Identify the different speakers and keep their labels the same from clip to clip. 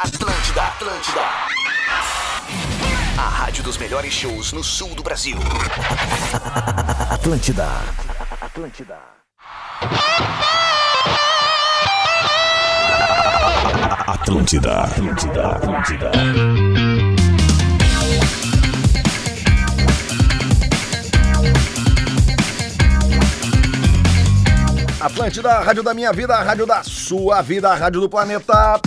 Speaker 1: Atlântida, Atlântida. A rádio dos melhores shows no sul do Brasil. Atlântida, Atlântida.
Speaker 2: Atlântida, Atlântida, Atlântida.
Speaker 3: Atlântida, a rádio da minha vida, a rádio da sua vida, a rádio do planeta.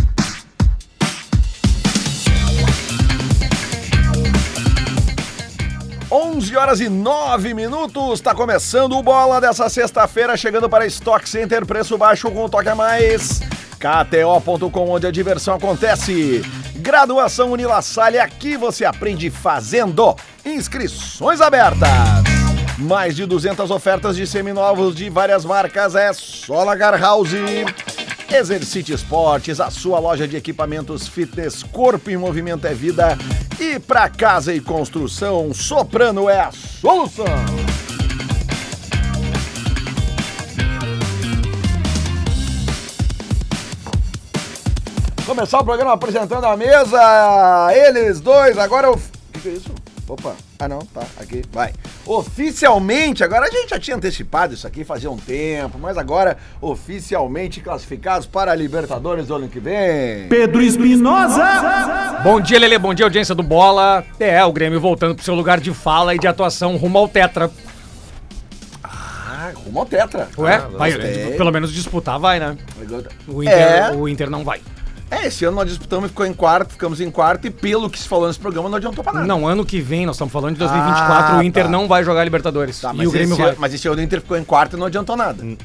Speaker 3: Onze horas e nove minutos, tá começando o Bola dessa sexta-feira, chegando para Stock Center, preço baixo com um toque a mais. KTO.com, onde a diversão acontece. Graduação Unilassalle, aqui você aprende fazendo. Inscrições abertas. Mais de 200 ofertas de seminovos de várias marcas é só Lagar House. Exercite Esportes, a sua loja de equipamentos fitness, corpo em movimento é vida. E para casa e construção, Soprano é a solução. Começar o programa apresentando a mesa. Eles dois, agora o. que, que é isso? Opa, ah não, tá, aqui, vai. Oficialmente, agora a gente já tinha antecipado isso aqui fazia um tempo, mas agora oficialmente classificados para a Libertadores do ano que vem.
Speaker 4: Pedro Espinosa!
Speaker 5: Bom dia, Lele. Bom dia, audiência do Bola. É, o Grêmio voltando pro seu lugar de fala e de atuação rumo ao Tetra.
Speaker 3: Ah, rumo ao Tetra.
Speaker 5: Ué?
Speaker 3: Ah,
Speaker 5: vai,
Speaker 3: gostei.
Speaker 5: pelo menos disputar vai, né? O Inter,
Speaker 3: É.
Speaker 5: o Inter não vai.
Speaker 3: É, esse ano nós disputamos e ficou em quarto, ficamos em quarto e pelo que se falou nesse programa não adiantou pra nada.
Speaker 5: Não, ano que vem, nós estamos falando de 2024,
Speaker 3: Ah,
Speaker 5: o Inter
Speaker 3: tá.
Speaker 5: não vai jogar a Libertadores.
Speaker 3: Tá, mas,
Speaker 5: e o Grêmio
Speaker 3: esse,
Speaker 5: vai. Hum.
Speaker 3: ano- mas esse ano o Inter ficou em quarto e não adiantou nada. Né?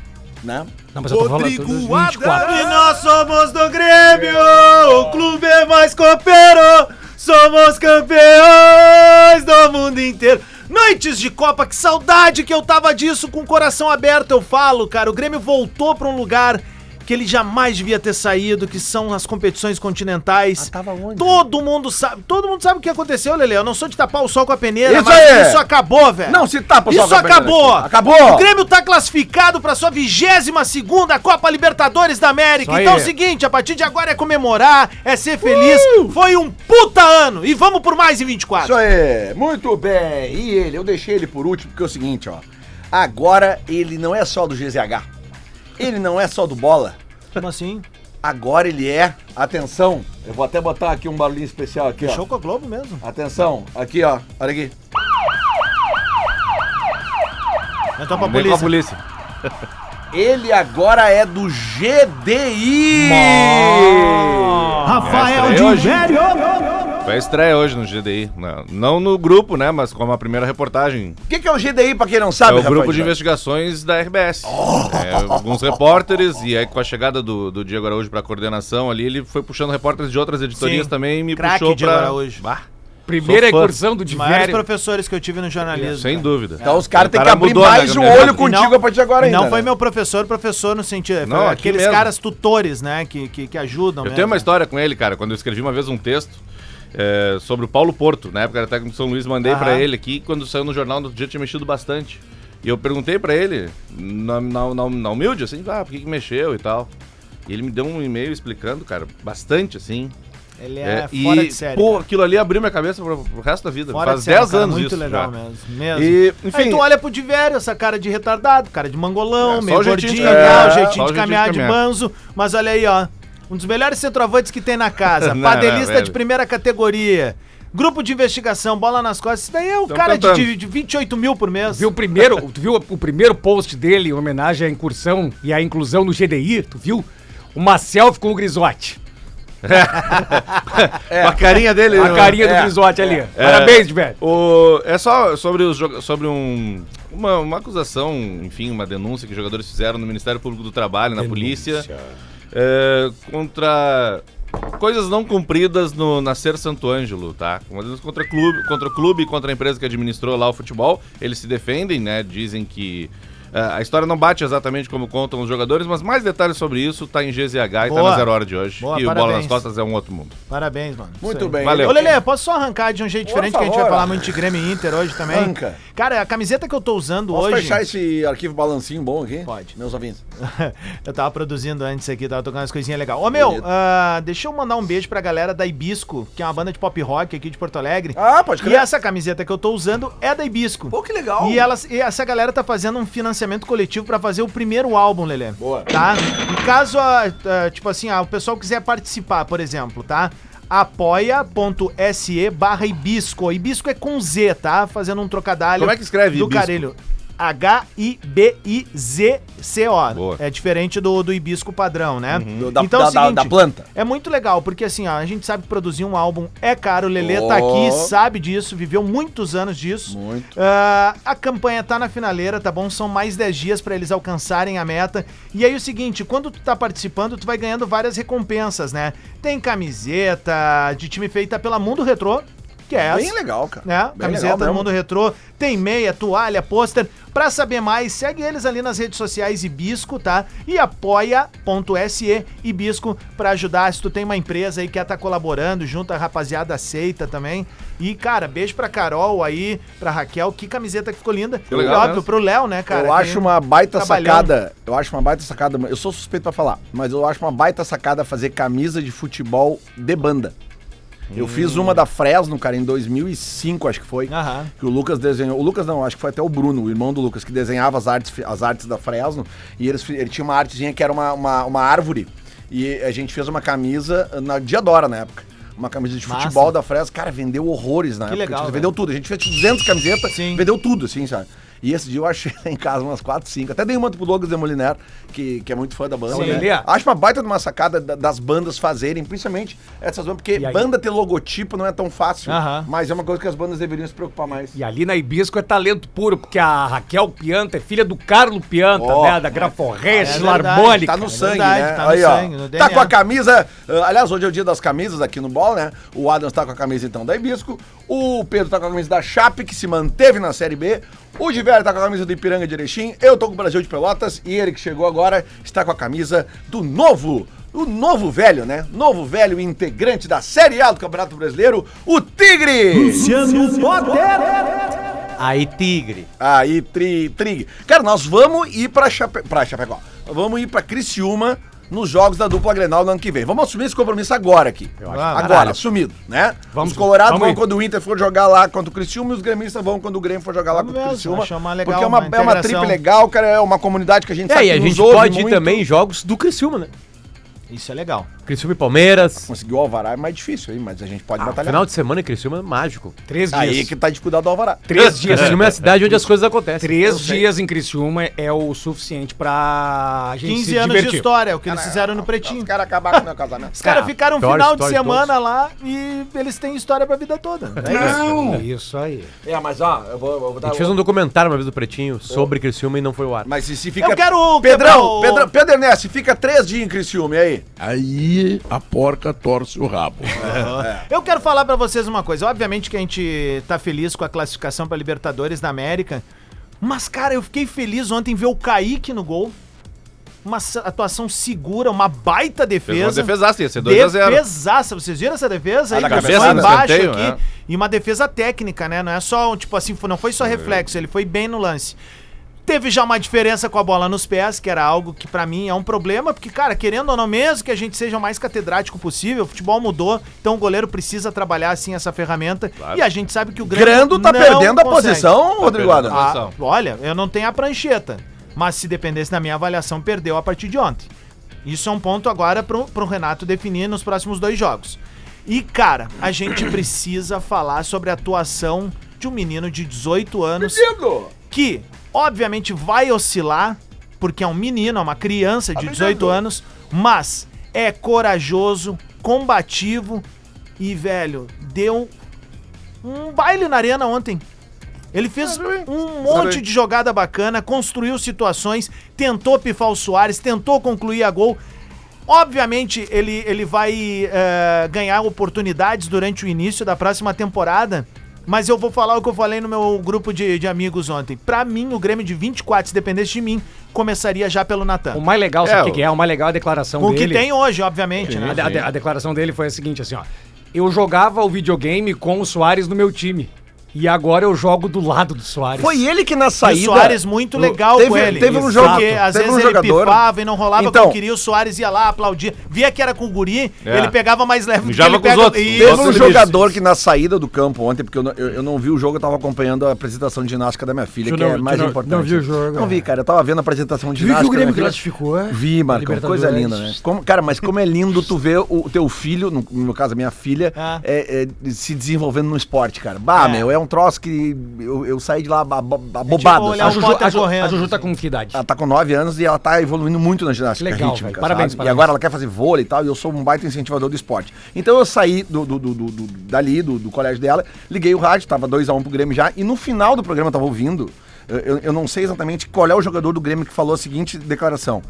Speaker 5: Não, mas eu tô
Speaker 4: Rodrigo
Speaker 3: então,
Speaker 5: falando dos 24.
Speaker 4: E nós somos do Grêmio, o clube mais copeiro, somos campeões do mundo inteiro. Noites de Copa, que saudade que eu tava disso, com o coração aberto eu falo, cara. O Grêmio voltou pra um lugar que ele jamais devia ter saído, que são as competições continentais.
Speaker 3: Ah, tava onde?
Speaker 4: Todo mundo sabe, todo mundo sabe o que aconteceu, Lele. Eu não sou de tapar o sol com a peneira,
Speaker 3: Isso aí!
Speaker 4: isso acabou, velho.
Speaker 3: Não se tapa o sol
Speaker 4: Isso
Speaker 3: com a peneira,
Speaker 4: acabou.
Speaker 3: filho. Acabou!
Speaker 4: O Grêmio tá classificado pra sua 22ª Copa Libertadores da América.
Speaker 5: Isso aí.
Speaker 4: Então é o seguinte, a partir de agora é comemorar, é ser feliz. Foi um puta ano e vamos por mais em 24.
Speaker 3: Uh! Isso aí, muito bem. E ele, eu deixei ele por último porque é o seguinte, ó. Agora ele não é só do GZH. Ele não é só do bola.
Speaker 4: Como assim?
Speaker 3: Agora ele é. Atenção, eu vou até botar aqui um barulhinho especial aqui, ó.
Speaker 4: Show com a Globo mesmo.
Speaker 3: Atenção, aqui, ó. Olha aqui.
Speaker 4: Então pra polícia.
Speaker 3: Ele agora é do GDI.
Speaker 4: Ah,
Speaker 6: Rafael
Speaker 4: é
Speaker 6: de Vério! Foi a estreia hoje no GDI. Não, não no grupo, né? Mas como a primeira reportagem.
Speaker 3: O que, que é o GDI pra quem não
Speaker 6: É
Speaker 3: sabe,
Speaker 6: o grupo
Speaker 3: Rafael? Oh!
Speaker 6: de investigações da RBS. É, alguns repórteres, e aí com a chegada do, do Diego Araújo pra coordenação ali, ele foi puxando repórteres de outras editorias
Speaker 4: Sim.
Speaker 6: também e me
Speaker 4: Craque
Speaker 6: puxou
Speaker 4: Diego
Speaker 6: pra.
Speaker 4: Araújo.
Speaker 6: Bah,
Speaker 5: Primeira
Speaker 6: Sou fã.
Speaker 5: incursão do
Speaker 4: Os maiores
Speaker 5: Diverio.
Speaker 4: professores que eu tive no jornalismo.
Speaker 6: sem
Speaker 4: cara.
Speaker 6: dúvida.
Speaker 3: Então os caras
Speaker 6: O
Speaker 3: têm que
Speaker 6: cara
Speaker 3: abrir
Speaker 6: mudou,
Speaker 3: mais
Speaker 6: né,
Speaker 3: o
Speaker 6: minha
Speaker 3: olho
Speaker 6: vida.
Speaker 3: contigo a partir de agora ainda.
Speaker 4: Não foi
Speaker 3: né?
Speaker 4: meu professor, professor no sentido.
Speaker 6: Não,
Speaker 4: foi
Speaker 6: aqui
Speaker 4: aqueles
Speaker 6: mesmo.
Speaker 4: caras tutores, né? Que, que, que ajudam. né,
Speaker 6: Eu tenho uma história com ele, cara, quando eu escrevi uma vez um texto é, sobre o Paulo Porto, na época era técnico do São Luís, mandei pra
Speaker 4: Aham.
Speaker 6: ele aqui, quando saiu no jornal, no outro dia tinha mexido bastante. E eu perguntei pra ele, na, na, na, na humilde, assim, ah, por que, que mexeu e tal. E ele me deu um e-mail explicando, cara, bastante, assim.
Speaker 4: Ele é,
Speaker 6: e,
Speaker 4: fora de série.
Speaker 6: Pô,
Speaker 4: cara.
Speaker 6: aquilo ali abriu minha cabeça pro, pro resto da vida.
Speaker 4: Fora
Speaker 6: Faz
Speaker 4: de série,
Speaker 6: 10
Speaker 4: cara,
Speaker 6: anos
Speaker 4: muito
Speaker 6: isso.
Speaker 4: legal
Speaker 6: já.
Speaker 4: mesmo. mesmo.
Speaker 6: E, enfim.
Speaker 4: Aí tu olha pro Diverio, essa cara de retardado, cara de mangolão,
Speaker 6: É, só
Speaker 4: meio
Speaker 6: o jeitinho de
Speaker 4: gordinho,
Speaker 6: caminhar,
Speaker 4: tal,
Speaker 6: é,
Speaker 4: jeitinho
Speaker 6: só o
Speaker 4: de
Speaker 6: jeitinho de
Speaker 4: caminhar de
Speaker 6: caminhar.
Speaker 4: manso, mas olha aí, ó. Um dos melhores centroavantes que tem na casa,
Speaker 6: Não, é não,
Speaker 4: padelista
Speaker 6: velho.
Speaker 4: de primeira categoria. Grupo de investigação, bola nas costas. Isso daí é um
Speaker 6: Tão
Speaker 4: cara de,
Speaker 6: tentando.
Speaker 4: de, de 28 mil por mês.
Speaker 5: Viu o primeiro, tu viu o primeiro post dele em homenagem à incursão e à inclusão no GDI? Tu viu? Uma selfie com o Grisote.
Speaker 6: Com
Speaker 4: É.
Speaker 6: a carinha dele.
Speaker 5: A
Speaker 6: né?
Speaker 5: carinha
Speaker 3: é,
Speaker 5: do Grisote ali.
Speaker 6: É.
Speaker 5: Parabéns, velho.
Speaker 6: O- é só sobre, os joga- sobre um, uma, uma acusação, enfim, uma denúncia que os jogadores fizeram no Ministério Público do Trabalho, na polícia, é, contra coisas não cumpridas no Nascer Santo Ângelo, tá? Uma denúncia contra, clube, contra o clube e contra a empresa que administrou lá o futebol. Eles se defendem, né? Dizem que Ah, a história não bate exatamente como contam os jogadores, mas mais detalhes sobre isso tá em GZH e tá
Speaker 4: Boa.
Speaker 6: na Zero Hora de hoje.
Speaker 4: Boa,
Speaker 6: e o Bola nas
Speaker 4: parabéns.
Speaker 6: Costas é um outro mundo.
Speaker 4: Parabéns, mano. Isso
Speaker 3: Muito
Speaker 4: aí.
Speaker 3: bem.
Speaker 6: Valeu.
Speaker 4: Ô, Lelê, posso só arrancar de um jeito
Speaker 3: Por
Speaker 4: diferente, que a gente vai
Speaker 3: favor.
Speaker 4: falar muito de Grêmio e Inter hoje também?
Speaker 3: Arranca.
Speaker 4: Cara, a camiseta que eu tô usando
Speaker 3: Posso
Speaker 4: hoje.
Speaker 3: fechar esse arquivo balancinho bom aqui?
Speaker 4: Pode.
Speaker 3: Meus ouvintes.
Speaker 4: eu tava produzindo antes aqui, tava tocando umas coisinhas legais. Ô, meu,
Speaker 3: Bonito.
Speaker 4: ah, deixa eu mandar um beijo pra galera da Ibisco, que é uma banda de pop rock aqui de Porto Alegre.
Speaker 3: Ah, pode
Speaker 4: E
Speaker 3: crer.
Speaker 4: essa camiseta que eu tô usando é da Ibisco.
Speaker 3: Pô, que legal.
Speaker 4: E, elas, e essa galera tá fazendo um financiamento coletivo pra fazer o primeiro álbum, Lelê.
Speaker 3: Boa.
Speaker 4: Tá? E caso, a, a, tipo assim, ah, o pessoal quiser participar, por exemplo, tá? apoia.se barra Ibisco. Ibisco é com Z, tá? Fazendo um trocadilho.
Speaker 6: Como é que escreve
Speaker 4: Do
Speaker 6: Hibisco?
Speaker 4: Carelho. H-I-B-I-Z-C-O.
Speaker 6: Boa.
Speaker 4: É diferente do, do hibisco padrão, né?
Speaker 3: Uhum. Do- da- da- da- da planta.
Speaker 4: É muito legal, porque assim, ó, a gente sabe que produzir um álbum é caro. O Lelê
Speaker 3: Oh.
Speaker 4: tá aqui, sabe disso, viveu muitos anos disso.
Speaker 3: Muito.
Speaker 4: Ah, a campanha tá na finaleira, tá bom? São mais 10 dias pra eles alcançarem a meta. E aí o seguinte, quando tu tá participando, tu vai ganhando várias recompensas, né? Tem camiseta de time feita pela Mundo Retrô, que é essa.
Speaker 3: Bem legal, cara.
Speaker 4: Né?
Speaker 3: Bem
Speaker 4: Camiseta
Speaker 3: legal
Speaker 4: do
Speaker 3: mesmo.
Speaker 4: Mundo Retrô. Tem meia, toalha, pôster. Pra saber mais, segue eles ali nas redes sociais Ibisco, tá? E apoia.se Ibisco pra ajudar. Se tu tem uma empresa aí que quer tá colaborando, junto a rapaziada aceita também. E, cara, beijo pra Carol aí, pra Raquel. Que camiseta que ficou linda.
Speaker 6: Que legal,
Speaker 4: e óbvio,
Speaker 6: né?
Speaker 4: pro Léo, né,
Speaker 3: eu
Speaker 4: cara? que
Speaker 3: acho uma baita
Speaker 4: trabalhando.
Speaker 3: sacada. Eu acho uma baita sacada. Eu sou suspeito pra falar, mas eu acho uma baita sacada fazer camisa de futebol de banda. Eu fiz uma da Fresno, cara, em 2005, acho que foi.
Speaker 4: Aham.
Speaker 3: Que o Lucas desenhou. O Lucas não, acho que foi até o Bruno, o irmão do Lucas, que desenhava as artes, as artes da Fresno. E eles, fi- ele tinha uma artezinha que era uma, uma, uma árvore. E a gente fez uma camisa na Diadora na época. Uma camisa de
Speaker 4: Massa.
Speaker 3: futebol da Fresno. Cara, vendeu horrores na
Speaker 4: Que
Speaker 3: época.
Speaker 4: legal,
Speaker 3: Tipo,
Speaker 4: velho.
Speaker 3: vendeu tudo. A gente fez 200 camisetas,
Speaker 4: Sim.
Speaker 3: vendeu tudo, assim, sabe? E esse dia eu achei lá em casa umas 4, 5. Até dei uma pro Douglas de Moliner, que, que é muito fã da banda.
Speaker 5: Sim.
Speaker 3: né?
Speaker 5: Lelê.
Speaker 4: é.
Speaker 3: Acho uma baita de uma sacada da- das bandas fazerem, principalmente essas bandas, porque
Speaker 5: E aí?
Speaker 3: banda ter logotipo não é tão fácil,
Speaker 4: Aham.
Speaker 3: mas é uma coisa que as bandas deveriam se preocupar mais.
Speaker 5: E ali na Ibisco é talento puro, porque a Raquel Pianta é filha do Carlo Pianta,
Speaker 3: Ó,
Speaker 5: né? Da Graforrest,
Speaker 4: verdade,
Speaker 5: Larmônica.
Speaker 3: Tá no sangue,
Speaker 4: verdade,
Speaker 3: né?
Speaker 4: tá no
Speaker 3: Aí, ó,
Speaker 4: sangue, no
Speaker 3: tá
Speaker 4: DNA.
Speaker 3: com a camisa. ah, aliás, hoje é o dia das camisas aqui no Ball, né? O Adams tá com a camisa então da Ibisco. O Pedro tá com a camisa da Chape, que se manteve na Série B. O Diverio tá com a camisa do Ipiranga de Erechim. Eu tô com o Brasil de Pelotas. E ele que chegou agora está com a camisa do novo. O novo velho, né? Novo velho integrante da Série A do Campeonato Brasileiro, o Tigre!
Speaker 7: Aí, Tigre.
Speaker 3: Aí, tri, tri. Cara, nós vamos ir pra, Chape... pra Chapecó. Nós Vamos ir pra Criciúma nos jogos da dupla Grenal no ano que vem. Vamos assumir esse compromisso agora aqui. agora, assumido, né?
Speaker 5: Vamos-
Speaker 3: os colorados
Speaker 5: vamos
Speaker 3: vão
Speaker 5: ir.
Speaker 3: quando o Inter for jogar lá contra o Criciúma e os gremistas vão quando o Grêmio for jogar lá
Speaker 4: Vamos
Speaker 3: contra o
Speaker 4: mesmo,
Speaker 3: Criciúma.
Speaker 4: acho uma legal,
Speaker 3: porque é uma,
Speaker 4: uma
Speaker 3: é uma
Speaker 4: integração.
Speaker 3: trip legal, cara, é uma comunidade que a gente
Speaker 7: É, e a
Speaker 3: que nos
Speaker 7: gente
Speaker 3: ouve
Speaker 7: pode ir
Speaker 3: muito.
Speaker 7: também em jogos do Criciúma, né?
Speaker 4: Isso é legal.
Speaker 7: Criciúma e Palmeiras.
Speaker 3: Conseguiu o Alvará é mais difícil aí, mas a gente pode
Speaker 7: Ah,
Speaker 3: batalhar.
Speaker 7: final de semana em Criciúma é mágico.
Speaker 5: Três dias.
Speaker 3: Aí que tá de cuidar do Alvará.
Speaker 5: Três dias.
Speaker 7: Criciúma é a cidade onde as coisas acontecem.
Speaker 5: Três dias em Criciúma é o suficiente pra gente
Speaker 4: 15
Speaker 5: se
Speaker 4: anos
Speaker 5: divertir.
Speaker 4: de história, é o que eles fizeram no Pretinho.
Speaker 3: Os caras acabaram com o meu casamento.
Speaker 4: Os caras
Speaker 7: Ah,
Speaker 4: ficaram um
Speaker 7: pior
Speaker 4: final de
Speaker 7: história de
Speaker 4: semana lá e eles têm história pra vida toda. né?
Speaker 5: Não! Isso aí.
Speaker 3: É, mas ó, eu vou, eu vou
Speaker 7: A
Speaker 3: dar
Speaker 7: gente fez um documentário uma vez do Pretinho sobre Criciúma e não foi o ar.
Speaker 3: Mas se, se fica.
Speaker 4: Eu quero quebrar
Speaker 3: Pedrão,
Speaker 4: o-
Speaker 3: Pedrão, Pedro Ernesto, fica três dias em Criciúma, e aí?
Speaker 2: Aí a porca torce o rabo.
Speaker 4: Eu quero falar pra vocês uma coisa. Obviamente que a gente tá feliz com a classificação pra Libertadores da América. Mas, cara, eu fiquei feliz ontem ver o Kaique no gol. Uma sa- atuação segura, uma baita
Speaker 6: Fez uma
Speaker 4: defesa.
Speaker 6: defesaça, ia ser 2x0.
Speaker 4: Defesaça, vocês viram essa defesa?
Speaker 3: Ah,
Speaker 4: Aí
Speaker 3: da
Speaker 4: Foi
Speaker 6: cabeça, né?
Speaker 4: embaixo
Speaker 6: Escanteio,
Speaker 4: aqui.
Speaker 6: é.
Speaker 4: E uma defesa técnica, né? Não é só, tipo assim, foi- não foi só reflexo, ele foi bem no lance. Teve já uma diferença com a bola nos pés, que era algo que pra mim é um problema, porque, cara, querendo ou não, mesmo que a gente seja o mais catedrático possível, o futebol mudou, então o goleiro precisa trabalhar, assim, essa ferramenta. E a gente sabe que o
Speaker 3: Grando tá
Speaker 4: não
Speaker 3: perdendo a
Speaker 4: consegue.
Speaker 3: posição, Rodrigo Adams.
Speaker 6: perdendo. Ah,
Speaker 4: Ah,
Speaker 6: Posição.
Speaker 4: olha, eu não tenho a prancheta, mas se dependesse da minha avaliação, perdeu a partir de ontem. Isso é um ponto agora pro, pro Renato definir nos próximos dois jogos. E, cara, a gente precisa falar sobre a atuação de um menino de 18 anos que, obviamente, vai oscilar, porque é um menino, é uma criança de 18 anos, mas é corajoso, combativo e, velho, deu um baile na arena ontem. Ele fez
Speaker 5: Ah,
Speaker 4: um monte de jogada bacana, construiu situações, tentou pifar o Soares, tentou concluir a gol. Obviamente, ele, ele vai eh, ganhar oportunidades durante o início da próxima temporada, Mas eu vou falar o que eu falei no meu grupo de, de amigos ontem. Pra mim, o Grêmio de 24, se dependesse de mim, começaria já pelo Natan.
Speaker 5: O mais legal, sabe o
Speaker 6: É,
Speaker 5: que que é? O mais legal é a declaração
Speaker 4: Com o que
Speaker 5: dele.
Speaker 4: tem hoje, obviamente, né?
Speaker 5: A, de- a de- a declaração dele foi a seguinte, assim, ó. Eu jogava o videogame com o Soares no meu time. E agora eu jogo do lado do Soares.
Speaker 3: Foi ele que na saída.
Speaker 4: E o Soares muito legal
Speaker 3: teve,
Speaker 4: com ele.
Speaker 3: Teve um
Speaker 4: Exato.
Speaker 3: jogo.
Speaker 4: Porque às
Speaker 3: teve
Speaker 4: vezes
Speaker 3: um
Speaker 4: ele
Speaker 3: jogador.
Speaker 4: pifava e não rolava
Speaker 3: Então.
Speaker 4: como queria, o Soares ia lá, aplaudia. Via que era com o guri,
Speaker 6: É.
Speaker 4: ele pegava mais leve do que
Speaker 6: Mijava
Speaker 4: ele
Speaker 6: com os
Speaker 4: pega-
Speaker 6: outros.
Speaker 4: Isso.
Speaker 3: Teve
Speaker 6: Nossa,
Speaker 3: um
Speaker 6: ele-
Speaker 3: jogador que na saída do campo ontem, porque eu não, eu- eu não vi o jogo, eu tava acompanhando a apresentação de ginástica da minha filha,
Speaker 8: Tu
Speaker 3: que
Speaker 8: não-
Speaker 3: é
Speaker 8: tu
Speaker 3: mais
Speaker 8: não-
Speaker 3: importante.
Speaker 8: não viu o jogo,
Speaker 3: Não
Speaker 8: é.
Speaker 3: vi, cara. Eu tava vendo a apresentação de
Speaker 8: Viu
Speaker 3: ginástica.
Speaker 8: que o Grêmio
Speaker 3: da minha filha.
Speaker 5: é?
Speaker 8: classificou?
Speaker 3: Vi, Marcão. Coisa
Speaker 8: Libertadores.
Speaker 3: linda, né? Como, cara, mas como é lindo tu ver o teu filho, no, no caso a minha filha,
Speaker 4: Ah.
Speaker 3: é- é, se desenvolvendo no esporte, cara. Bah, meu, é um troço que eu, eu saí de lá abo- abobado.
Speaker 4: É tipo olhar um
Speaker 3: sabe?
Speaker 5: A Juju,
Speaker 4: Potter
Speaker 5: a Ju-
Speaker 4: correndo.
Speaker 5: a Juju tá com que idade?
Speaker 3: Ela tá com 9 anos e ela tá evoluindo muito na ginástica
Speaker 5: Legal,
Speaker 3: rítmica.
Speaker 5: velho. Parabéns,
Speaker 3: sabe? E
Speaker 5: parabéns.
Speaker 3: agora ela quer fazer vôlei e tal, e eu sou um baita incentivador do esporte. Então eu saí do, do, do, do- do- dali, do, do colégio dela, liguei o rádio, tava 2x1 pro Grêmio já, e no final do programa eu tava ouvindo. eu- Eu, eu não sei exatamente qual é o jogador do Grêmio que falou a seguinte declaração.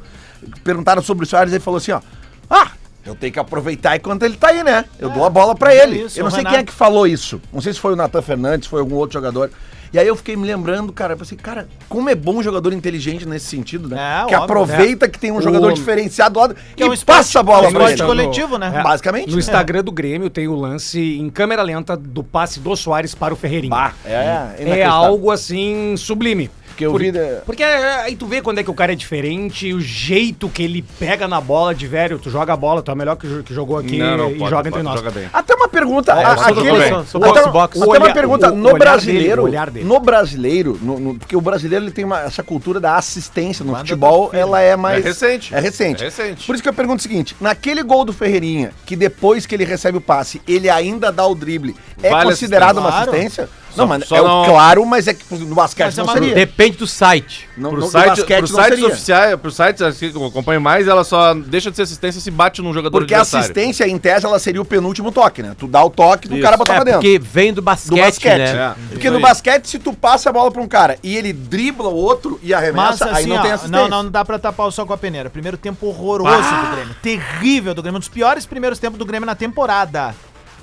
Speaker 3: Perguntaram sobre o Soares e ele falou assim: ó. Ah! Eu tenho que aproveitar enquanto ele tá aí, né? Eu dou a bola pra
Speaker 4: é
Speaker 3: ele.
Speaker 4: isso,
Speaker 3: eu
Speaker 4: o
Speaker 3: não sei
Speaker 4: Renato-
Speaker 3: quem é que falou isso. Não sei se foi o Natan Fernandes, foi algum outro jogador. E aí eu fiquei me lembrando, cara, eu pensei, cara, como é bom um jogador inteligente nesse sentido, né?
Speaker 4: É,
Speaker 3: que
Speaker 4: óbvio,
Speaker 3: aproveita que tem um jogador diferenciado do lado
Speaker 4: é
Speaker 3: e
Speaker 4: um esporte-
Speaker 3: passa a bola
Speaker 4: é um
Speaker 3: pra
Speaker 4: esporte
Speaker 3: ele.
Speaker 4: coletivo, né?
Speaker 3: É. Basicamente.
Speaker 5: No Instagram do Grêmio tem o lance em câmera lenta do passe do Soares para o Ferreirinho.
Speaker 3: Bah, é,
Speaker 5: é algo assim sublime.
Speaker 3: Porque eu vi da-
Speaker 5: Porque é, aí tu vê quando é que o cara é diferente, o jeito que ele pega na bola de velho, tu joga a bola, tu é o melhor que, jo- que jogou aqui
Speaker 6: Não, não,
Speaker 5: e
Speaker 6: pode,
Speaker 5: joga
Speaker 6: pode,
Speaker 5: entre nós.
Speaker 6: joga bem.
Speaker 3: Até uma pergunta, a-
Speaker 6: É, sou
Speaker 3: aquele,
Speaker 6: jogador,
Speaker 3: até,
Speaker 9: sou boxe,
Speaker 3: uma-
Speaker 9: boxe.
Speaker 3: até uma
Speaker 5: Olhar-
Speaker 3: pergunta
Speaker 5: o- o
Speaker 3: no
Speaker 5: olhar
Speaker 3: brasileiro,
Speaker 5: dele, o olhar dele.
Speaker 3: no brasileiro, no- no- porque o brasileiro ele tem uma- essa cultura da assistência no futebol, ela é mais
Speaker 6: É recente.
Speaker 3: é recente,
Speaker 6: É recente.
Speaker 3: Por isso que eu pergunto o seguinte: naquele gol do Ferreirinha, que depois que ele recebe o passe, ele ainda dá o drible, é
Speaker 6: Vale
Speaker 3: considerado uma
Speaker 4: assistência.
Speaker 3: assistência?
Speaker 6: Só-
Speaker 3: não, mas
Speaker 6: só
Speaker 3: é o
Speaker 6: não-
Speaker 3: claro, mas é que no basquete
Speaker 4: Mas é
Speaker 3: não
Speaker 4: uma-
Speaker 3: seria.
Speaker 9: Depende do site.
Speaker 3: Não,
Speaker 6: Pro
Speaker 3: no- no
Speaker 6: site,
Speaker 3: basquete
Speaker 6: pro
Speaker 3: não
Speaker 6: sites
Speaker 3: seria.
Speaker 6: oficiais, pro sites assim, que eu acompanho mais, ela só deixa de ser assistência se bate num jogador
Speaker 3: Porque a assistência, em tese, ela seria o penúltimo toque, né? Tu dá o toque do cara
Speaker 7: É,
Speaker 3: botar pra dentro.
Speaker 9: Porque vem do basquete,
Speaker 3: Do basquete.
Speaker 9: né?
Speaker 6: É.
Speaker 3: Porque no basquete, se tu passa a bola pra um cara e ele dribla o outro e
Speaker 4: Mas
Speaker 3: arremessa, aí
Speaker 4: assim,
Speaker 3: não
Speaker 4: ó,
Speaker 3: tem assistência. Ah!
Speaker 4: não, não, não dá pra tapar o sol com a peneira. Primeiro tempo horroroso do Grêmio. Terrível do Grêmio. Um dos piores primeiros tempos do Grêmio na temporada.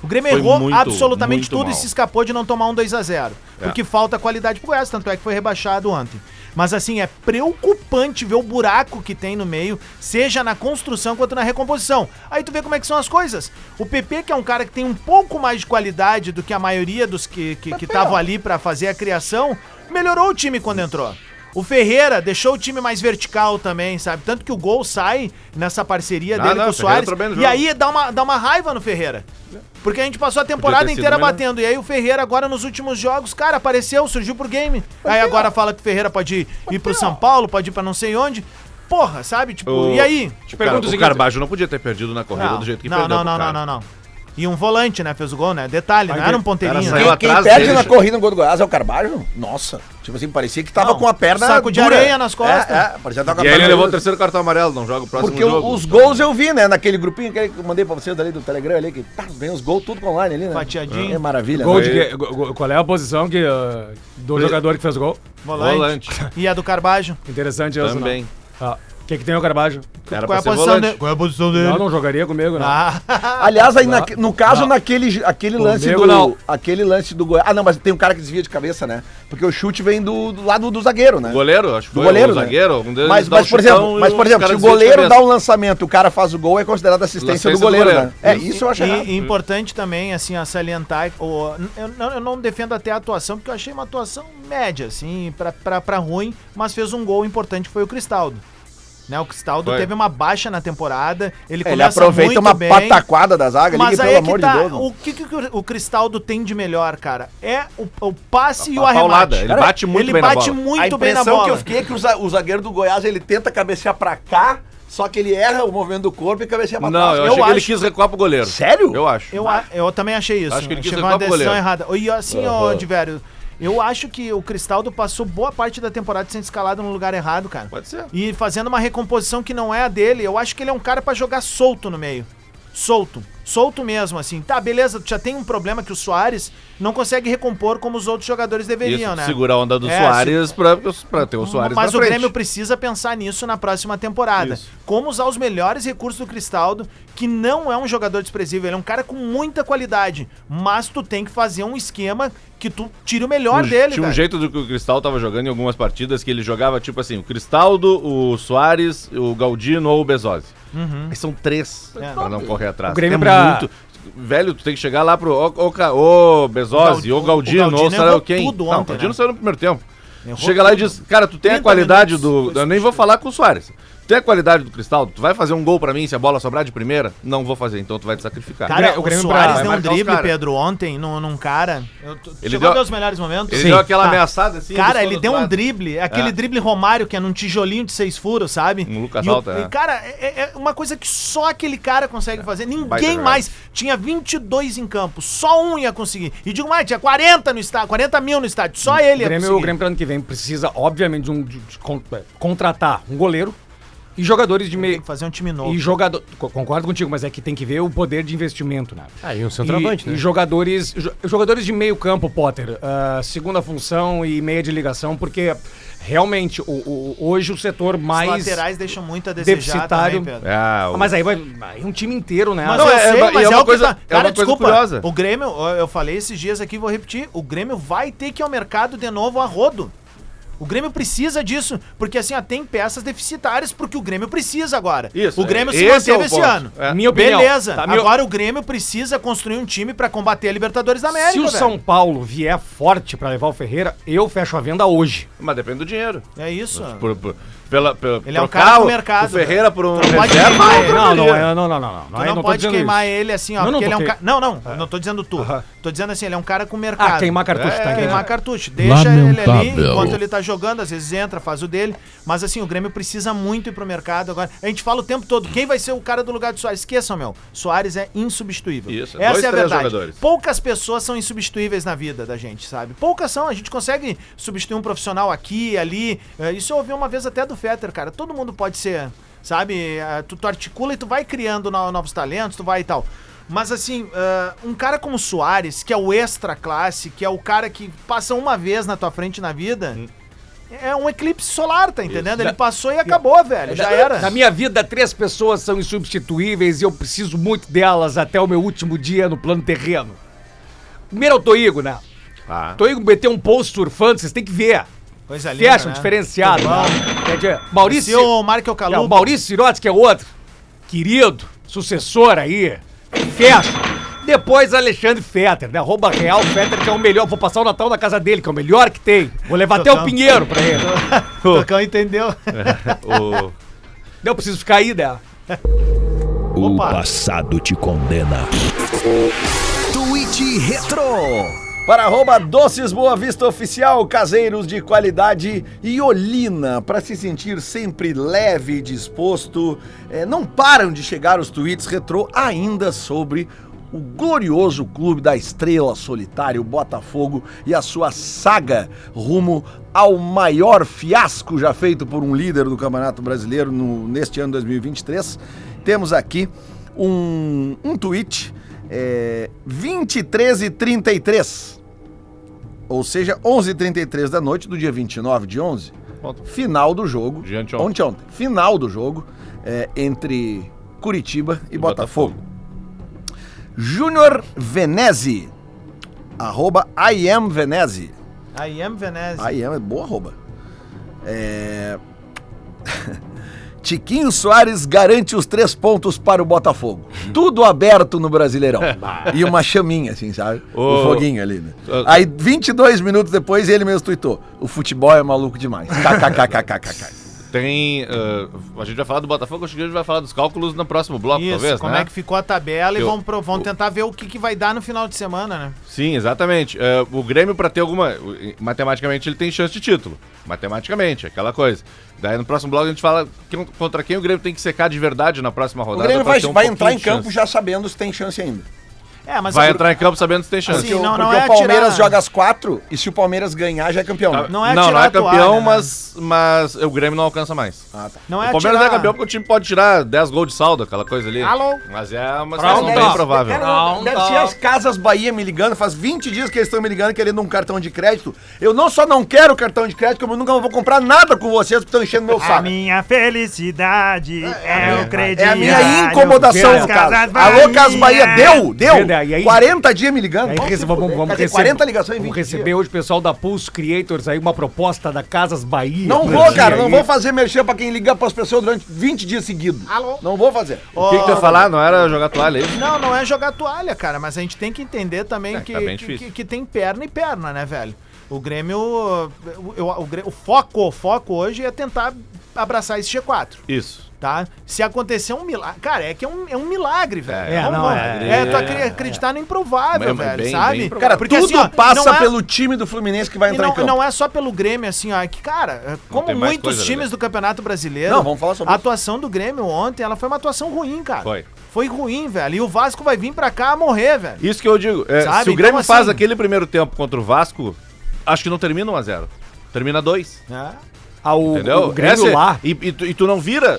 Speaker 4: O Grêmio
Speaker 6: Foi
Speaker 4: errou
Speaker 6: muito,
Speaker 4: absolutamente
Speaker 6: muito
Speaker 4: tudo e
Speaker 6: mal.
Speaker 4: se escapou de não tomar um 2 a 0
Speaker 6: É.
Speaker 4: Porque falta qualidade pro Goiás, tanto é que foi rebaixado ontem. Mas assim, é preocupante ver o buraco que tem no meio, seja na construção quanto na recomposição. Aí tu vê como é que são as coisas. O PP, que é um cara que tem um pouco mais de qualidade do que a maioria dos que estavam que, estavam ali pra fazer a criação, melhorou o time quando entrou. O Ferreira deixou o time mais vertical também, sabe? Tanto que o gol sai nessa parceria
Speaker 6: Ah,
Speaker 4: dele
Speaker 6: não,
Speaker 4: com
Speaker 6: o Ferreira
Speaker 4: o Soares.
Speaker 6: entrou bem no
Speaker 4: E
Speaker 6: jogo.
Speaker 4: aí dá uma, dá uma raiva no Ferreira. Porque a gente passou a temporada
Speaker 6: ter sido
Speaker 4: inteira
Speaker 6: melhor.
Speaker 4: batendo. E aí o Ferreira agora nos últimos jogos, cara, apareceu, surgiu pro game. aí agora fala que o Ferreira pode ir, ir pro São Paulo, pode ir pra não sei onde. Porra, sabe? Tipo,
Speaker 6: O-
Speaker 4: e aí?
Speaker 6: Te
Speaker 5: pergunto o
Speaker 6: o
Speaker 5: seguinte-
Speaker 6: Carbajo não podia ter perdido na corrida do jeito que
Speaker 4: não,
Speaker 6: perdeu.
Speaker 4: não, não, não, não, não. E um volante, né? Fez o gol, né? Detalhe, não era um ponteirinho.
Speaker 6: Cara,
Speaker 4: né?
Speaker 6: saiu
Speaker 3: Quem, quem
Speaker 6: atrás
Speaker 3: perde
Speaker 6: dele,
Speaker 3: na
Speaker 6: gente.
Speaker 3: corrida no gol do Goiás é o Carvalho? Nossa. Tipo assim, parecia que tava
Speaker 4: Não,
Speaker 3: com a perna.
Speaker 4: saco de areia nas costas.
Speaker 3: É, é, parecia que tava com a
Speaker 6: E aí ele
Speaker 3: perna.
Speaker 6: levou o terceiro cartão amarelo, não joga o próximo
Speaker 3: Porque
Speaker 6: jogo.
Speaker 3: os gols eu vi, né? Naquele grupinho que eu mandei pra vocês ali do Telegram ali, que pá, vem os gols tudo online ali, né?
Speaker 4: Fatiadinho.
Speaker 3: É maravilha.
Speaker 5: Gol
Speaker 3: né?
Speaker 5: de que- go- go- qual é a posição que, ah, do jogador que fez o gol?
Speaker 4: Volante.
Speaker 6: Volante.
Speaker 4: E a do Carbajo.
Speaker 5: Interessante essa. não.
Speaker 6: Também.
Speaker 5: Ah, O que, que tem o Carbajo?
Speaker 6: Era
Speaker 4: Qual é
Speaker 6: pra
Speaker 4: a
Speaker 6: ser
Speaker 4: posição
Speaker 6: volante.
Speaker 4: dele? Qual é a posição
Speaker 6: Hum.
Speaker 4: dele?
Speaker 5: Não, não jogaria comigo, não.
Speaker 4: Ah,
Speaker 3: Aliás, aí naque- no caso, naquele aquele
Speaker 5: Comigo
Speaker 3: lance do.
Speaker 5: não.
Speaker 3: Aquele lance do Goiás. Ah, não, mas tem um cara que desvia de cabeça, né? Porque o chute vem do, do lado do zagueiro, né?
Speaker 6: Goleiro, acho que
Speaker 3: Do
Speaker 6: foi.
Speaker 3: goleiro,
Speaker 6: o
Speaker 3: né?
Speaker 6: zagueiro. algum deles
Speaker 3: Mas,
Speaker 6: dá
Speaker 3: mas,
Speaker 6: um
Speaker 3: por
Speaker 6: chutão
Speaker 3: exemplo, mas,
Speaker 6: e
Speaker 3: por
Speaker 6: o
Speaker 3: exemplo,
Speaker 6: cara
Speaker 3: se o
Speaker 6: desvia de
Speaker 3: goleiro
Speaker 6: cabeça.
Speaker 3: dá um lançamento e o cara faz o gol, é considerado assistência
Speaker 6: Assistência
Speaker 3: do
Speaker 6: do
Speaker 3: goleiro,
Speaker 6: goleiro.
Speaker 3: né? É,
Speaker 6: Isso.
Speaker 3: isso eu acho errado.
Speaker 4: E importante também, assim, a salientar. o- eu, não, eu não defendo até a atuação, porque eu achei uma atuação média, assim, pra, pra, pra ruim, mas fez um gol importante, foi o Cristaldo. Né, o Cristaldo
Speaker 6: Foi.
Speaker 4: teve uma baixa na temporada,
Speaker 3: Ele
Speaker 4: ele começa
Speaker 3: aproveita
Speaker 4: muito
Speaker 3: uma
Speaker 4: bem,
Speaker 3: pataquada da zaga ali,
Speaker 4: mas
Speaker 3: que,
Speaker 4: aí
Speaker 3: pelo
Speaker 4: é que
Speaker 3: amor
Speaker 4: tá,
Speaker 3: de Deus. mano.
Speaker 4: o que, que o- o Cristaldo tem de melhor, cara? É o, o passe e o
Speaker 6: A paulada,
Speaker 4: arremate.
Speaker 6: ele bate muito
Speaker 4: ele
Speaker 6: bem na
Speaker 4: bate
Speaker 6: bola.
Speaker 3: a
Speaker 4: muito
Speaker 3: impressão
Speaker 4: bem na bola.
Speaker 3: que eu fiquei é que o za- o zagueiro do Goiás, ele tenta cabecear pra cá, só que ele erra o movimento do corpo e cabeceia pra
Speaker 6: Não, eu,
Speaker 3: trás.
Speaker 6: achei que ele
Speaker 4: acho-
Speaker 6: quis recuar pro goleiro.
Speaker 3: um- Sério?
Speaker 6: Eu acho.
Speaker 4: Eu, a- eu também achei isso.
Speaker 6: Acho que ele quis
Speaker 4: Achei uma
Speaker 6: levar pro
Speaker 4: decisão
Speaker 6: goleiro.
Speaker 4: errada. E assim, ô, Diverio, eu acho que o Cristaldo passou boa parte da temporada sendo escalado no lugar errado, cara.
Speaker 6: Pode ser.
Speaker 4: E fazendo uma recomposição que não é a dele. Eu acho que ele é um cara pra jogar solto no meio. Solto. solto mesmo, assim. Tá, beleza, tu já tem um problema que o Soares não consegue recompor como os outros jogadores deveriam,
Speaker 6: Isso,
Speaker 4: né?
Speaker 6: segurar a onda do
Speaker 4: É,
Speaker 6: Soares pra, pra ter o Soares
Speaker 4: Mas
Speaker 6: na
Speaker 4: o
Speaker 6: frente.
Speaker 4: Grêmio precisa pensar nisso na próxima temporada.
Speaker 6: Isso.
Speaker 4: Como usar os melhores recursos do Cristaldo, que não é um jogador desprezível, ele é um cara com muita qualidade, mas tu tem que fazer um esquema que tu tire o melhor
Speaker 6: Um-
Speaker 4: dele,
Speaker 6: Tinha um
Speaker 4: velho.
Speaker 6: jeito do que o Cristal tava jogando em algumas partidas que ele jogava, tipo assim, o Cristaldo, o Soares, o Galdino ou o Bezosi. Mas São três
Speaker 4: Uhum. É.
Speaker 6: pra não correr atrás.
Speaker 5: O Grêmio
Speaker 6: É
Speaker 5: pra-
Speaker 6: Velho, tu tem que chegar lá pro. Ô, ô, Ca- ô Bezosi,
Speaker 4: O Gal-
Speaker 6: ô Galdino,
Speaker 4: o
Speaker 6: ou
Speaker 4: Galdino
Speaker 6: sei lá
Speaker 4: errou
Speaker 6: quem.
Speaker 4: tudo
Speaker 6: não, o
Speaker 4: ontem,
Speaker 6: Galdino
Speaker 4: né?
Speaker 6: saiu no primeiro tempo.
Speaker 4: Errou
Speaker 6: Chega lá e
Speaker 4: tudo.
Speaker 6: diz, cara, tu tem a
Speaker 4: 30
Speaker 6: qualidade
Speaker 4: minutos,
Speaker 6: do. Eu nem vou falar com o Soares. Tu tem a qualidade do Cristaldo, tu vai fazer um gol pra mim se a bola sobrar de primeira? Não vou fazer, então tu vai te sacrificar.
Speaker 4: Cara,
Speaker 5: O
Speaker 4: o,
Speaker 5: Grêmio
Speaker 4: Soares
Speaker 5: pra-
Speaker 4: deu
Speaker 6: vai
Speaker 4: um
Speaker 6: marcar os
Speaker 4: drible,
Speaker 6: cara.
Speaker 4: Pedro, ontem num, num cara. Eu, tu, tu
Speaker 6: Ele
Speaker 4: chegou a
Speaker 6: deu-
Speaker 4: ver os melhores momentos?
Speaker 6: Ele deu aquela
Speaker 4: Tá.
Speaker 6: ameaçada assim.
Speaker 4: Cara,
Speaker 6: buscou
Speaker 4: ele
Speaker 6: do
Speaker 4: deu um
Speaker 6: lado.
Speaker 4: drible, aquele
Speaker 6: É.
Speaker 4: drible Romário, que é num tijolinho de seis furos, sabe?
Speaker 6: Um Lucas
Speaker 4: E o-
Speaker 6: Alta,
Speaker 4: e,
Speaker 6: né? É.
Speaker 4: Cara, é, é uma coisa que só aquele cara consegue fazer.
Speaker 6: baita
Speaker 4: Ninguém
Speaker 6: jogada.
Speaker 4: mais. Tinha 22 em campo, só um ia conseguir. E digo mais, tinha 40 no estádio, 40 mil no estádio, só
Speaker 5: O
Speaker 4: ele
Speaker 6: é
Speaker 4: ia
Speaker 5: Hum. Grêmio, o
Speaker 4: conseguir.
Speaker 5: Grêmio pro ano que vem precisa, obviamente, de um, de- de con- é, contratar um goleiro e jogadores de
Speaker 4: Tem
Speaker 5: meio.
Speaker 4: que fazer um time novo.
Speaker 5: E jogador. co- Concordo contigo, mas é que tem que ver o poder de investimento, né?
Speaker 7: Ah, e um centroavante,
Speaker 5: e,
Speaker 7: né?
Speaker 5: E jogadores, jo- jogadores de meio campo, Potter. ah, segunda função e meia de ligação, porque realmente o- o- hoje o setor
Speaker 4: Os
Speaker 5: mais.
Speaker 4: laterais deixam muito a desejar
Speaker 5: deficitário.
Speaker 4: também, Pedro.
Speaker 6: Ah,
Speaker 5: Ah,
Speaker 6: o-
Speaker 5: mas aí vai. Aí é um time inteiro, né?
Speaker 4: Mas
Speaker 6: Não,
Speaker 4: eu
Speaker 6: é-
Speaker 4: sei,
Speaker 6: é-
Speaker 4: mas
Speaker 6: é
Speaker 4: é,
Speaker 6: uma
Speaker 4: o que
Speaker 6: coisa-
Speaker 4: tá.
Speaker 6: é uma
Speaker 4: Cara,
Speaker 6: coisa
Speaker 4: desculpa.
Speaker 6: curiosa.
Speaker 4: O Grêmio, eu- eu falei esses dias aqui, vou repetir. O Grêmio vai ter que ir ao mercado de novo a rodo. O Grêmio precisa disso, porque assim, ó, tem peças deficitárias porque o Grêmio precisa agora.
Speaker 6: Isso,
Speaker 4: O Grêmio
Speaker 6: é-
Speaker 4: se
Speaker 6: esse é
Speaker 4: manteve
Speaker 6: o
Speaker 4: esse
Speaker 6: ponto.
Speaker 4: ano.
Speaker 6: É.
Speaker 5: Minha opinião.
Speaker 4: Beleza.
Speaker 5: Tá, minha-
Speaker 4: Agora o Grêmio precisa construir um time pra combater a Libertadores da América,
Speaker 5: Se o
Speaker 4: velho.
Speaker 5: São Paulo vier forte pra levar o Ferreira, eu fecho a venda hoje.
Speaker 6: mas depende do dinheiro.
Speaker 4: É isso.
Speaker 6: Por- por- pela, pela,
Speaker 4: Ele é um
Speaker 6: trocar
Speaker 4: cara do
Speaker 6: o-
Speaker 4: mercado,
Speaker 6: O Ferreira por um
Speaker 4: Tu não pode
Speaker 6: reserva,
Speaker 4: queimar
Speaker 6: eu
Speaker 4: ele.
Speaker 5: Não, não,
Speaker 6: trocaria.
Speaker 5: é- não, não, não, não.
Speaker 4: Tu
Speaker 5: eu
Speaker 4: não,
Speaker 5: tô
Speaker 4: pode
Speaker 5: dizendo
Speaker 4: queimar
Speaker 5: isso.
Speaker 4: ele assim, ó,
Speaker 5: Não, não,
Speaker 4: porque ele é
Speaker 5: tô
Speaker 4: um
Speaker 5: que-
Speaker 4: cara. Não, não, eu não tô dizendo tu. Tô dizendo assim, ele é um cara com mercado.
Speaker 5: Ah, queimar cartucho, tá entendendo?
Speaker 4: É, queimar cartucho. Deixa ele ali
Speaker 2: Lamentável.
Speaker 4: enquanto ele tá jogando, às vezes entra, faz o dele. Mas assim, o Grêmio precisa muito ir pro mercado agora. A gente fala o tempo todo, quem vai ser o cara do lugar do Soares? Esqueçam, meu. Soares é insubstituível.
Speaker 6: Isso,
Speaker 4: Essa
Speaker 6: dois,
Speaker 4: é a
Speaker 6: três
Speaker 4: verdade.
Speaker 6: jogadores.
Speaker 4: Poucas pessoas são insubstituíveis na vida da gente, sabe? Poucas são, a gente consegue substituir um profissional aqui, ali. É, Isso eu ouvi uma vez até do Fetter, cara. Todo mundo pode ser, sabe? É, Tu, tu articula e tu vai criando no- novos talentos, tu vai e tal. Mas assim, é, um cara como o Soares, que é o extra classe, que é o cara que passa uma vez na tua frente na vida, é um eclipse solar, tá entendendo? Ele passou e acabou, velho. Já era.
Speaker 5: Na minha vida, três pessoas são insubstituíveis e eu preciso muito delas até o meu último dia no plano terreno. Primeiro é o Toigo, né?
Speaker 6: Ah.
Speaker 5: Toigo meteu um post surfando, vocês têm que ver.
Speaker 4: Coisa linda,
Speaker 5: Fecha um
Speaker 4: É né?
Speaker 5: diferenciado.
Speaker 4: Bom. tá
Speaker 5: Quer dizer,
Speaker 4: Se
Speaker 5: Maurício.
Speaker 4: o Marco
Speaker 5: É, o
Speaker 4: Calu
Speaker 5: Maurício Sirotes, que é outro. Querido, sucessor aí. Fecha. Depois Alexandre Fetter, né? Arroba Real Fetter, que é o melhor. Vou passar o Natal na casa dele, que é o melhor que tem. Vou levar até o
Speaker 4: Tocão.
Speaker 5: Pinheiro pra ele.
Speaker 4: O Tocão entendeu.
Speaker 6: É. O-
Speaker 5: Eu preciso ficar aí, né?
Speaker 10: O
Speaker 4: Opa.
Speaker 10: passado te condena.
Speaker 1: Tweet Retro.
Speaker 3: Para arroba Doces Boa Vista Oficial, caseiros de qualidade e olina para se sentir sempre leve e disposto. É, não param de chegar os tweets retrô ainda sobre o glorioso clube da estrela solitário Botafogo e a sua saga rumo ao maior fiasco já feito por um líder do Campeonato Brasileiro no- neste ano 2023. Temos aqui um, um tweet é, 23 e 33. Ou seja, 11 h 33 da noite do dia 29 de 11.
Speaker 6: Ontem.
Speaker 3: Final do jogo.
Speaker 6: De anteontem.
Speaker 3: Ontem, ontem. Final do jogo é, entre Curitiba e, Botafogo. Júnior Venezi. Arroba I am Venezi.
Speaker 4: I am Venezia.
Speaker 3: I am é boa arroba. É... Tiquinho Soares garante os três pontos para o Botafogo. Tudo aberto no Brasileirão. e uma chaminha, assim, sabe?
Speaker 6: Ô.
Speaker 3: O foguinho ali, né?
Speaker 6: Ô.
Speaker 3: Aí, 22 minutos depois, ele mesmo tuitou. O futebol é maluco demais. KKKKKKK.
Speaker 6: Tem. ah, a gente vai falar do Botafogo, acho que a gente vai falar dos cálculos no próximo bloco,
Speaker 4: Isso,
Speaker 6: talvez,
Speaker 4: como
Speaker 6: né?
Speaker 4: é que ficou a tabela e
Speaker 6: Eu-
Speaker 4: vamos, pro- vamos tentar ver o que, que vai dar no final de semana, né?
Speaker 6: Sim, exatamente. Ah, o Grêmio, pra ter alguma. Matematicamente, ele tem chance de título. Matematicamente, aquela coisa. Daí no próximo bloco a gente fala que- um, contra quem o Grêmio tem que secar de verdade na próxima
Speaker 11: O
Speaker 6: rodada.
Speaker 11: Grêmio
Speaker 6: pra
Speaker 11: vai,
Speaker 6: ter um
Speaker 11: vai entrar em
Speaker 6: pouquinho de
Speaker 11: campo
Speaker 6: chance.
Speaker 11: já sabendo se tem chance ainda.
Speaker 4: É, mas
Speaker 6: Vai
Speaker 4: a-
Speaker 6: entrar em campo sabendo que tem chance.
Speaker 4: Assim, não,
Speaker 3: porque
Speaker 4: não é
Speaker 3: o Palmeiras
Speaker 4: atirar-
Speaker 3: joga as quatro e se o Palmeiras ganhar, já é campeão. né?
Speaker 4: não é
Speaker 6: não, não
Speaker 4: atirar
Speaker 6: é
Speaker 4: a toalha,
Speaker 6: campeão,
Speaker 4: né?
Speaker 6: mas, mas o Grêmio não alcança mais.
Speaker 4: Não é
Speaker 6: o Palmeiras não é
Speaker 4: atirar-
Speaker 6: campeão porque o time pode tirar 10 gols de saldo, aquela coisa ali.
Speaker 4: Alô?
Speaker 6: Mas é uma situação
Speaker 5: Pronto.
Speaker 6: bem provável.
Speaker 5: Não,
Speaker 3: Deve
Speaker 5: não.
Speaker 4: Ah.
Speaker 3: ser as Casas Bahia me ligando, faz 20 dias que eles estão me ligando querendo um cartão de crédito. Eu não só não quero cartão de crédito, como eu nunca vou comprar nada com vocês porque estão enchendo meu
Speaker 12: A
Speaker 3: saco.
Speaker 12: minha felicidade é, o
Speaker 3: É
Speaker 12: crediário.
Speaker 3: a minha incomodação, no
Speaker 12: As
Speaker 3: caso.
Speaker 12: Casas
Speaker 3: Alô, Casas Bahia, deu, deu.
Speaker 5: Verdade, e aí-
Speaker 3: 40 dias me ligando.
Speaker 5: Aí
Speaker 3: Vamos
Speaker 5: rece-
Speaker 3: se
Speaker 5: vamos,
Speaker 3: fuder.
Speaker 5: vamos
Speaker 3: Cadê
Speaker 5: receber,
Speaker 3: 40 ligações em 20
Speaker 5: vamos receber
Speaker 3: dias.
Speaker 5: hoje o pessoal da Pulse Creators aí, uma proposta da Casas Bahia.
Speaker 3: Não
Speaker 5: pra
Speaker 3: vou,
Speaker 5: ti
Speaker 3: cara,
Speaker 5: um aí.
Speaker 3: não vou fazer merchan pra quem ligar pras pessoas durante 20 dias seguidos. Alô? Não vou fazer.
Speaker 4: Ah,
Speaker 6: O que, que tu ia falar? Não era jogar toalha aí?
Speaker 4: Não, não é jogar toalha, cara, mas a gente tem que entender também
Speaker 6: É,
Speaker 4: que,
Speaker 6: tá bem
Speaker 4: que,
Speaker 6: difícil.
Speaker 4: que- que tem perna e perna, né, velho? O Grêmio. O, o- o Grê- o foco, o foco hoje é tentar abraçar esse G4,
Speaker 6: Isso.
Speaker 4: tá? Se acontecer um milagre. Cara, é que é um, é um milagre, velho.
Speaker 6: É,
Speaker 4: Vamos-
Speaker 5: não,
Speaker 4: vamos-
Speaker 5: é-
Speaker 4: é tu acre- acreditar no improvável,
Speaker 6: É, mas
Speaker 4: velho,
Speaker 6: bem-
Speaker 4: sabe?
Speaker 6: bem provável.
Speaker 3: Cara,
Speaker 4: Porque,
Speaker 3: tudo
Speaker 4: assim, ó,
Speaker 3: passa
Speaker 4: não é-
Speaker 3: pelo time do Fluminense que vai
Speaker 4: E
Speaker 3: entrar em
Speaker 4: não,
Speaker 3: campo.
Speaker 4: não é só pelo Grêmio, assim, ó. é Que, cara, é, como
Speaker 6: tem mais
Speaker 4: muitos
Speaker 6: coisa, né,
Speaker 4: times
Speaker 6: velho?
Speaker 4: do Campeonato Brasileiro,
Speaker 3: Não, vamos falar sobre
Speaker 4: a
Speaker 3: isso.
Speaker 4: atuação do Grêmio ontem, ela foi uma atuação ruim, cara.
Speaker 6: Foi.
Speaker 4: Foi ruim, velho. E o Vasco vai vir pra cá morrer, velho.
Speaker 6: Isso que eu digo. é,
Speaker 4: Sabe?
Speaker 6: se o
Speaker 4: Então,
Speaker 6: Grêmio faz
Speaker 4: assim-
Speaker 6: aquele primeiro tempo contra o Vasco, acho que não termina 1x0. Termina 2.
Speaker 4: É.
Speaker 3: então
Speaker 5: Ah, o,
Speaker 6: Entendeu?
Speaker 5: o Grêmio
Speaker 6: Essa é-
Speaker 5: lá.
Speaker 6: E, e tu, e tu não vira.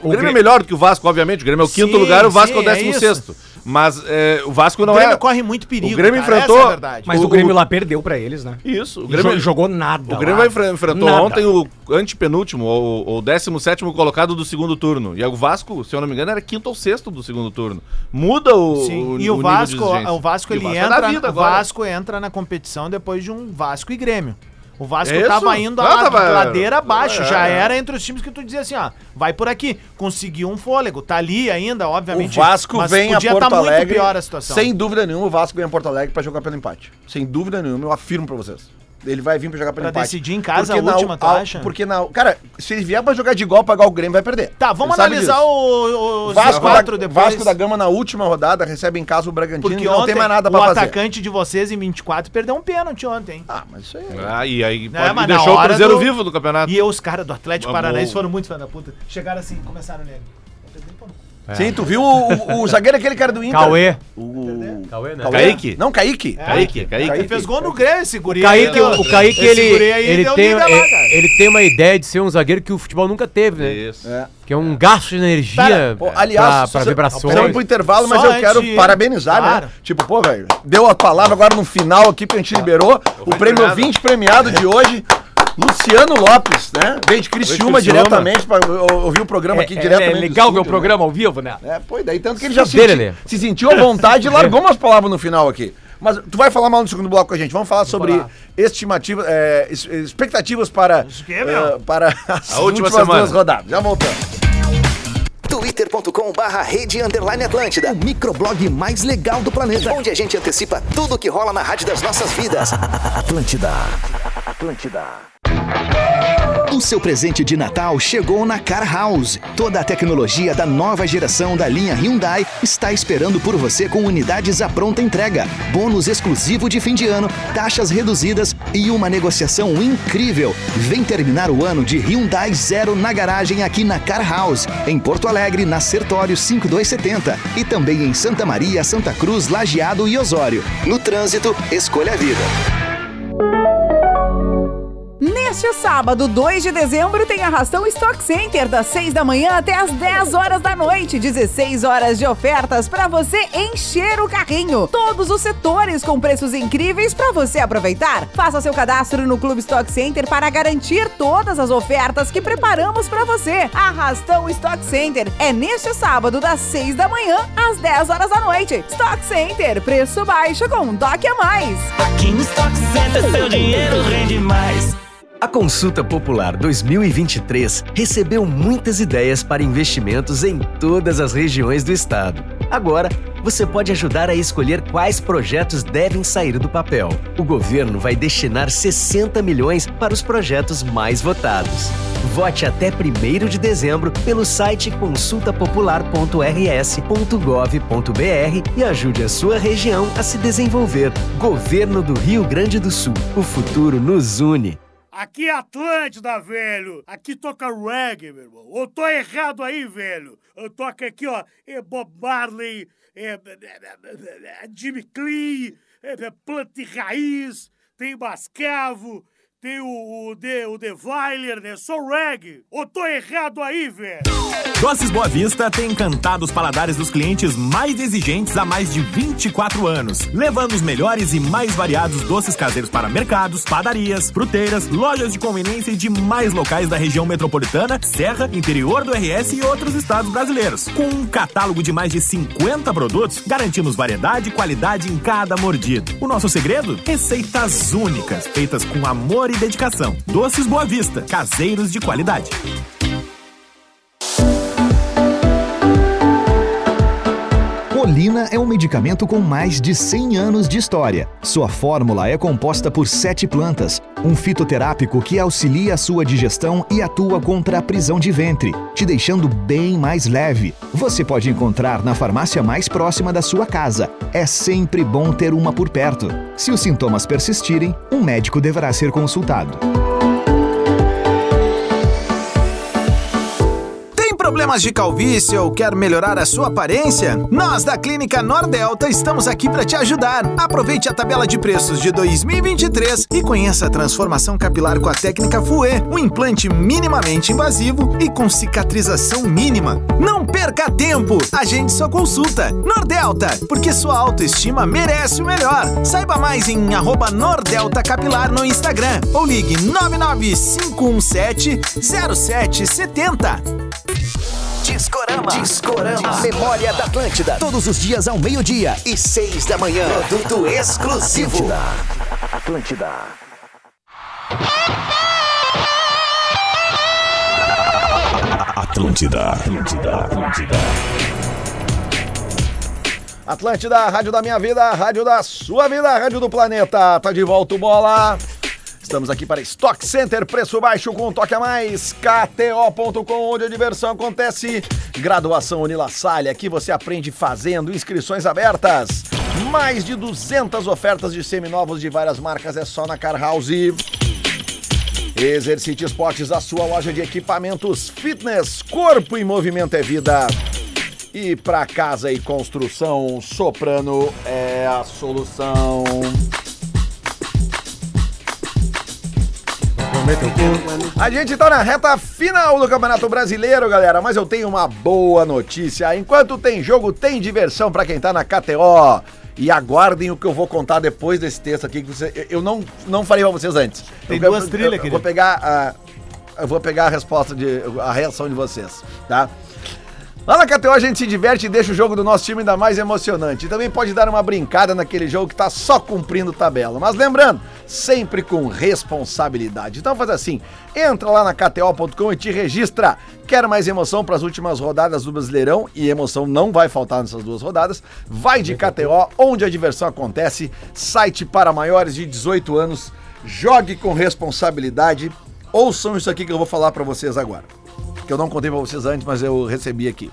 Speaker 6: O,
Speaker 5: O
Speaker 6: Grêmio
Speaker 5: Grê-
Speaker 6: é melhor do que o Vasco, obviamente. O Grêmio é o quinto
Speaker 4: Sim,
Speaker 6: lugar, o Vasco
Speaker 4: sim,
Speaker 6: é o décimo
Speaker 4: é isso.
Speaker 6: sexto. Mas é, o Vasco não
Speaker 4: o Grêmio
Speaker 6: é.
Speaker 4: corre muito perigo.
Speaker 6: o Grêmio
Speaker 4: cara,
Speaker 6: enfrentou-
Speaker 4: essa é a verdade.
Speaker 5: Mas o,
Speaker 6: o-
Speaker 5: Grêmio lá perdeu pra eles, né?
Speaker 6: Isso. O
Speaker 5: E jo-
Speaker 6: Grêmio, é-
Speaker 5: jogou nada.
Speaker 4: Tá
Speaker 6: o Grêmio é
Speaker 5: lá.
Speaker 6: enfre- enfrentou
Speaker 5: Nada.
Speaker 6: ontem o antepenúltimo, ou ou o décimo sétimo colocado do segundo turno. E o Vasco, se eu não me engano, era quinto ou sexto do segundo turno. Muda o.
Speaker 4: Sim. e o
Speaker 6: nível de
Speaker 4: Vasco,
Speaker 6: exigência.
Speaker 4: o Vasco
Speaker 6: E
Speaker 4: ele
Speaker 6: vai dar
Speaker 4: entra,
Speaker 6: vida
Speaker 4: o
Speaker 6: agora.
Speaker 4: Vasco entra na competição depois de um Vasco e Grêmio. O Vasco
Speaker 6: Isso.
Speaker 4: tava indo a
Speaker 6: Ah, tava-
Speaker 4: ladeira abaixo,
Speaker 6: É.
Speaker 4: já era entre os times que tu dizia assim, ó, vai por aqui, conseguiu um fôlego, tá ali ainda,
Speaker 3: O
Speaker 4: obviamente.
Speaker 3: Vasco
Speaker 4: mas
Speaker 3: vem a
Speaker 4: podia
Speaker 3: Porto
Speaker 4: tá
Speaker 3: Alegre.
Speaker 4: muito pior a situação.
Speaker 3: Sem dúvida nenhuma, o Vasco vem a Porto Alegre pra jogar pelo empate. Sem dúvida nenhuma, eu afirmo pra vocês. Ele vai vir pra jogar pelo
Speaker 4: Pra
Speaker 3: empate.
Speaker 4: decidir em casa
Speaker 3: Porque
Speaker 4: a
Speaker 3: na-
Speaker 4: última, tu acha?
Speaker 3: Porque na. Cara, se ele vier pra jogar de igual, pagar o Grêmio, vai perder.
Speaker 4: Tá, vamos
Speaker 3: Ele sabe
Speaker 4: analisar
Speaker 3: disso.
Speaker 4: o, os
Speaker 3: Vasco
Speaker 4: quatro
Speaker 3: da,
Speaker 4: depois.
Speaker 3: Vasco da Gama na última rodada recebe em casa o Bragantino
Speaker 4: porque
Speaker 3: e não
Speaker 4: ontem
Speaker 3: tem mais nada
Speaker 4: o
Speaker 3: pra fazer.
Speaker 4: atacante de vocês em 24 perdeu um pênalti ontem. hein?
Speaker 3: Ah, mas isso aí.
Speaker 6: Ah, e aí
Speaker 4: Não,
Speaker 6: pode-
Speaker 4: Né, mas
Speaker 6: e
Speaker 4: na
Speaker 6: deixou o
Speaker 4: hora
Speaker 6: Cruzeiro
Speaker 4: do-
Speaker 6: vivo do campeonato.
Speaker 4: E os caras do Atlético
Speaker 6: Amor.
Speaker 4: Paranaense foram muito fã da puta. Chegaram assim, começaram nele.
Speaker 3: Sim, tu viu o, o- o zagueiro aquele cara do Inter?
Speaker 7: Cauê.
Speaker 3: O...
Speaker 7: Cauê, né?
Speaker 3: Cauê?
Speaker 6: Kaique?
Speaker 3: Não, Kaique.
Speaker 4: é,
Speaker 6: Kaique, Kaique.
Speaker 4: Ele fez gol no Grêmio, esse guri.
Speaker 7: Kaique,
Speaker 4: Ele
Speaker 7: o,
Speaker 4: deu-
Speaker 7: o Kaique,
Speaker 4: esse
Speaker 7: ele,
Speaker 4: guri aí
Speaker 7: ele,
Speaker 4: deu
Speaker 7: tem,
Speaker 4: liga lá,
Speaker 7: ele-
Speaker 4: cara.
Speaker 7: ele tem uma ideia de ser um zagueiro que o futebol nunca teve, né?
Speaker 6: Isso.
Speaker 3: É.
Speaker 7: Que é um gasto de energia
Speaker 4: Cara,
Speaker 3: Pô, aliás,
Speaker 7: pra,
Speaker 3: só-
Speaker 7: pra vibrações.
Speaker 3: precisamos ir pro intervalo, mas
Speaker 4: Só
Speaker 3: eu
Speaker 4: antes
Speaker 3: quero
Speaker 4: de-
Speaker 3: parabenizar,
Speaker 4: Claro.
Speaker 3: né? Tipo, pô, velho, deu a palavra agora no final aqui que a gente liberou. O prêmio
Speaker 6: premiado.
Speaker 3: 20 premiado de hoje. Luciano Lopes, né? Veio de Criciúma
Speaker 6: Criciúma.
Speaker 3: diretamente pra ou- ouvir o programa aqui
Speaker 5: É,
Speaker 3: direto.
Speaker 5: é legal ver o programa ao vivo, né?
Speaker 3: É, pô, e daí tanto que ele já se,
Speaker 7: Dele,
Speaker 3: senti-
Speaker 7: Lê.
Speaker 3: se sentiu à vontade e largou umas palavras no final aqui. Mas tu vai falar mal no segundo bloco com a gente. Vamos falar sobre
Speaker 5: falar.
Speaker 3: estimativas, é, es- expectativas para,
Speaker 12: que é, meu.
Speaker 3: eh, para as
Speaker 6: A última semana.
Speaker 3: duas rodadas. Já voltamos.
Speaker 1: twitter.com barra rede underline Atlântida, o microblog mais legal do planeta, onde a gente antecipa tudo que rola na rádio das nossas vidas. Atlântida. Atlântida. O seu presente de Natal chegou na Car House. Toda a tecnologia da nova geração da linha Hyundai está esperando por você com unidades à pronta entrega, bônus exclusivo de fim de ano, taxas reduzidas e uma negociação incrível. Vem terminar o ano de Hyundai Zero na garagem aqui na Car House, em Porto Alegre, na Sertório 5270 e também em Santa Maria, Santa Cruz, Lajeado e Osório. No trânsito, escolha a vida.
Speaker 13: Neste sábado, 2 de dezembro, tem Arrastão Stock Center, das 6 da manhã até as 10 horas da noite. 16 horas de ofertas para você encher o carrinho. Todos os setores com preços incríveis para você aproveitar. Faça seu cadastro no Clube Stock Center para garantir todas as ofertas que preparamos para você. Arrastão Stock Center é neste sábado, das 6 da manhã às 10 horas da noite. Stock Center, preço baixo com um toque a mais.
Speaker 12: Aqui no Stock Center seu dinheiro rende mais.
Speaker 14: A Consulta Popular 2023 recebeu muitas ideias para investimentos em todas as regiões do estado. Agora, você pode ajudar a escolher quais projetos devem sair do papel. O governo vai destinar 60 milhões para os projetos mais votados. Vote até 1 de dezembro pelo site consultapopular.rs.gov.br e ajude a sua região a se desenvolver. Governo do Rio Grande do Sul. O futuro nos une.
Speaker 12: Aqui é Atlântida, velho. Aqui toca reggae, meu irmão. Eu tô errado aí, velho. Eu toco aqui, ó, é Bob Marley, é, Jimmy Clean, é, Planta e Raiz, tem Bascavo, tem o, o, de, o Deviler, né? Só reggae. Ou tô errado aí, velho?
Speaker 15: Doces Boa Vista tem encantado os paladares dos clientes mais exigentes há mais de 24 anos, levando os melhores e mais variados doces caseiros para mercados, padarias, fruteiras, lojas de conveniência e demais locais da região metropolitana, serra, interior do RS e outros estados brasileiros. Com um catálogo de mais de 50 produtos, garantimos variedade e qualidade em cada mordida. O nosso segredo? Receitas únicas, feitas com amor e dedicação. Doces Boa Vista, caseiros de qualidade.
Speaker 1: Colina é um medicamento com mais de 100 anos de história. Sua fórmula é composta por sete plantas, um fitoterápico que auxilia a sua digestão e atua contra a prisão de ventre, te deixando bem mais leve. Você pode encontrar na farmácia mais próxima da sua casa. É sempre bom ter uma por perto. Se os sintomas persistirem, um médico deverá ser consultado.
Speaker 16: problemas de calvície ou quer melhorar a sua aparência? Nós da Clínica Nordelta estamos aqui para te ajudar. Aproveite a tabela de preços de 2023 e conheça a transformação capilar com a técnica FUE, um implante minimamente invasivo e com cicatrização mínima. Não perca tempo! Agende sua consulta. Nordelta, porque sua autoestima merece o melhor. Saiba mais em arroba Nordelta Capilar no Instagram ou ligue 99517 0770.
Speaker 1: Discorama. Discorama. Memória da Atlântida. Todos os dias ao meio-dia e seis da manhã. Produto exclusivo. Atlântida. Atlântida.
Speaker 10: Atlântida. Atlântida. Atlântida.
Speaker 3: Atlântida, rádio da minha vida, rádio da sua vida, rádio do planeta. Tá de volta o bola. Estamos aqui para Stock Center, preço baixo com um toque a mais, kto.com, onde a diversão acontece. Graduação Unilassalle, aqui você aprende fazendo inscrições abertas. Mais de 200 ofertas de seminovos de várias marcas é só na Car House. Exercite Esportes, a sua loja de equipamentos fitness, corpo e movimento é vida. E para casa e construção, Soprano é a solução. A gente tá na reta final do Campeonato Brasileiro, galera, mas eu tenho uma boa notícia. Enquanto tem jogo, tem diversão para quem tá na KTO. E aguardem o que eu vou contar depois desse texto aqui que você, eu não não falei para vocês antes.
Speaker 5: Tem
Speaker 3: eu,
Speaker 5: duas
Speaker 3: eu,
Speaker 5: trilhas,
Speaker 3: eu, eu
Speaker 5: querido.
Speaker 3: vou pegar a eu vou pegar a resposta de a reação de vocês, tá? Lá na KTO a gente se diverte e deixa o jogo do nosso time ainda mais emocionante. E também pode dar uma brincada naquele jogo que tá só cumprindo tabela. Mas lembrando, sempre com responsabilidade. Então faz assim, entra lá na KTO.com e te registra. Quer mais emoção para as últimas rodadas do Brasileirão? E emoção não vai faltar nessas duas rodadas. Vai de KTO, onde a diversão acontece. Site para maiores de 18 anos. Jogue com responsabilidade. Ouçam isso aqui que eu vou falar para vocês agora que eu não contei para vocês antes, mas eu recebi aqui.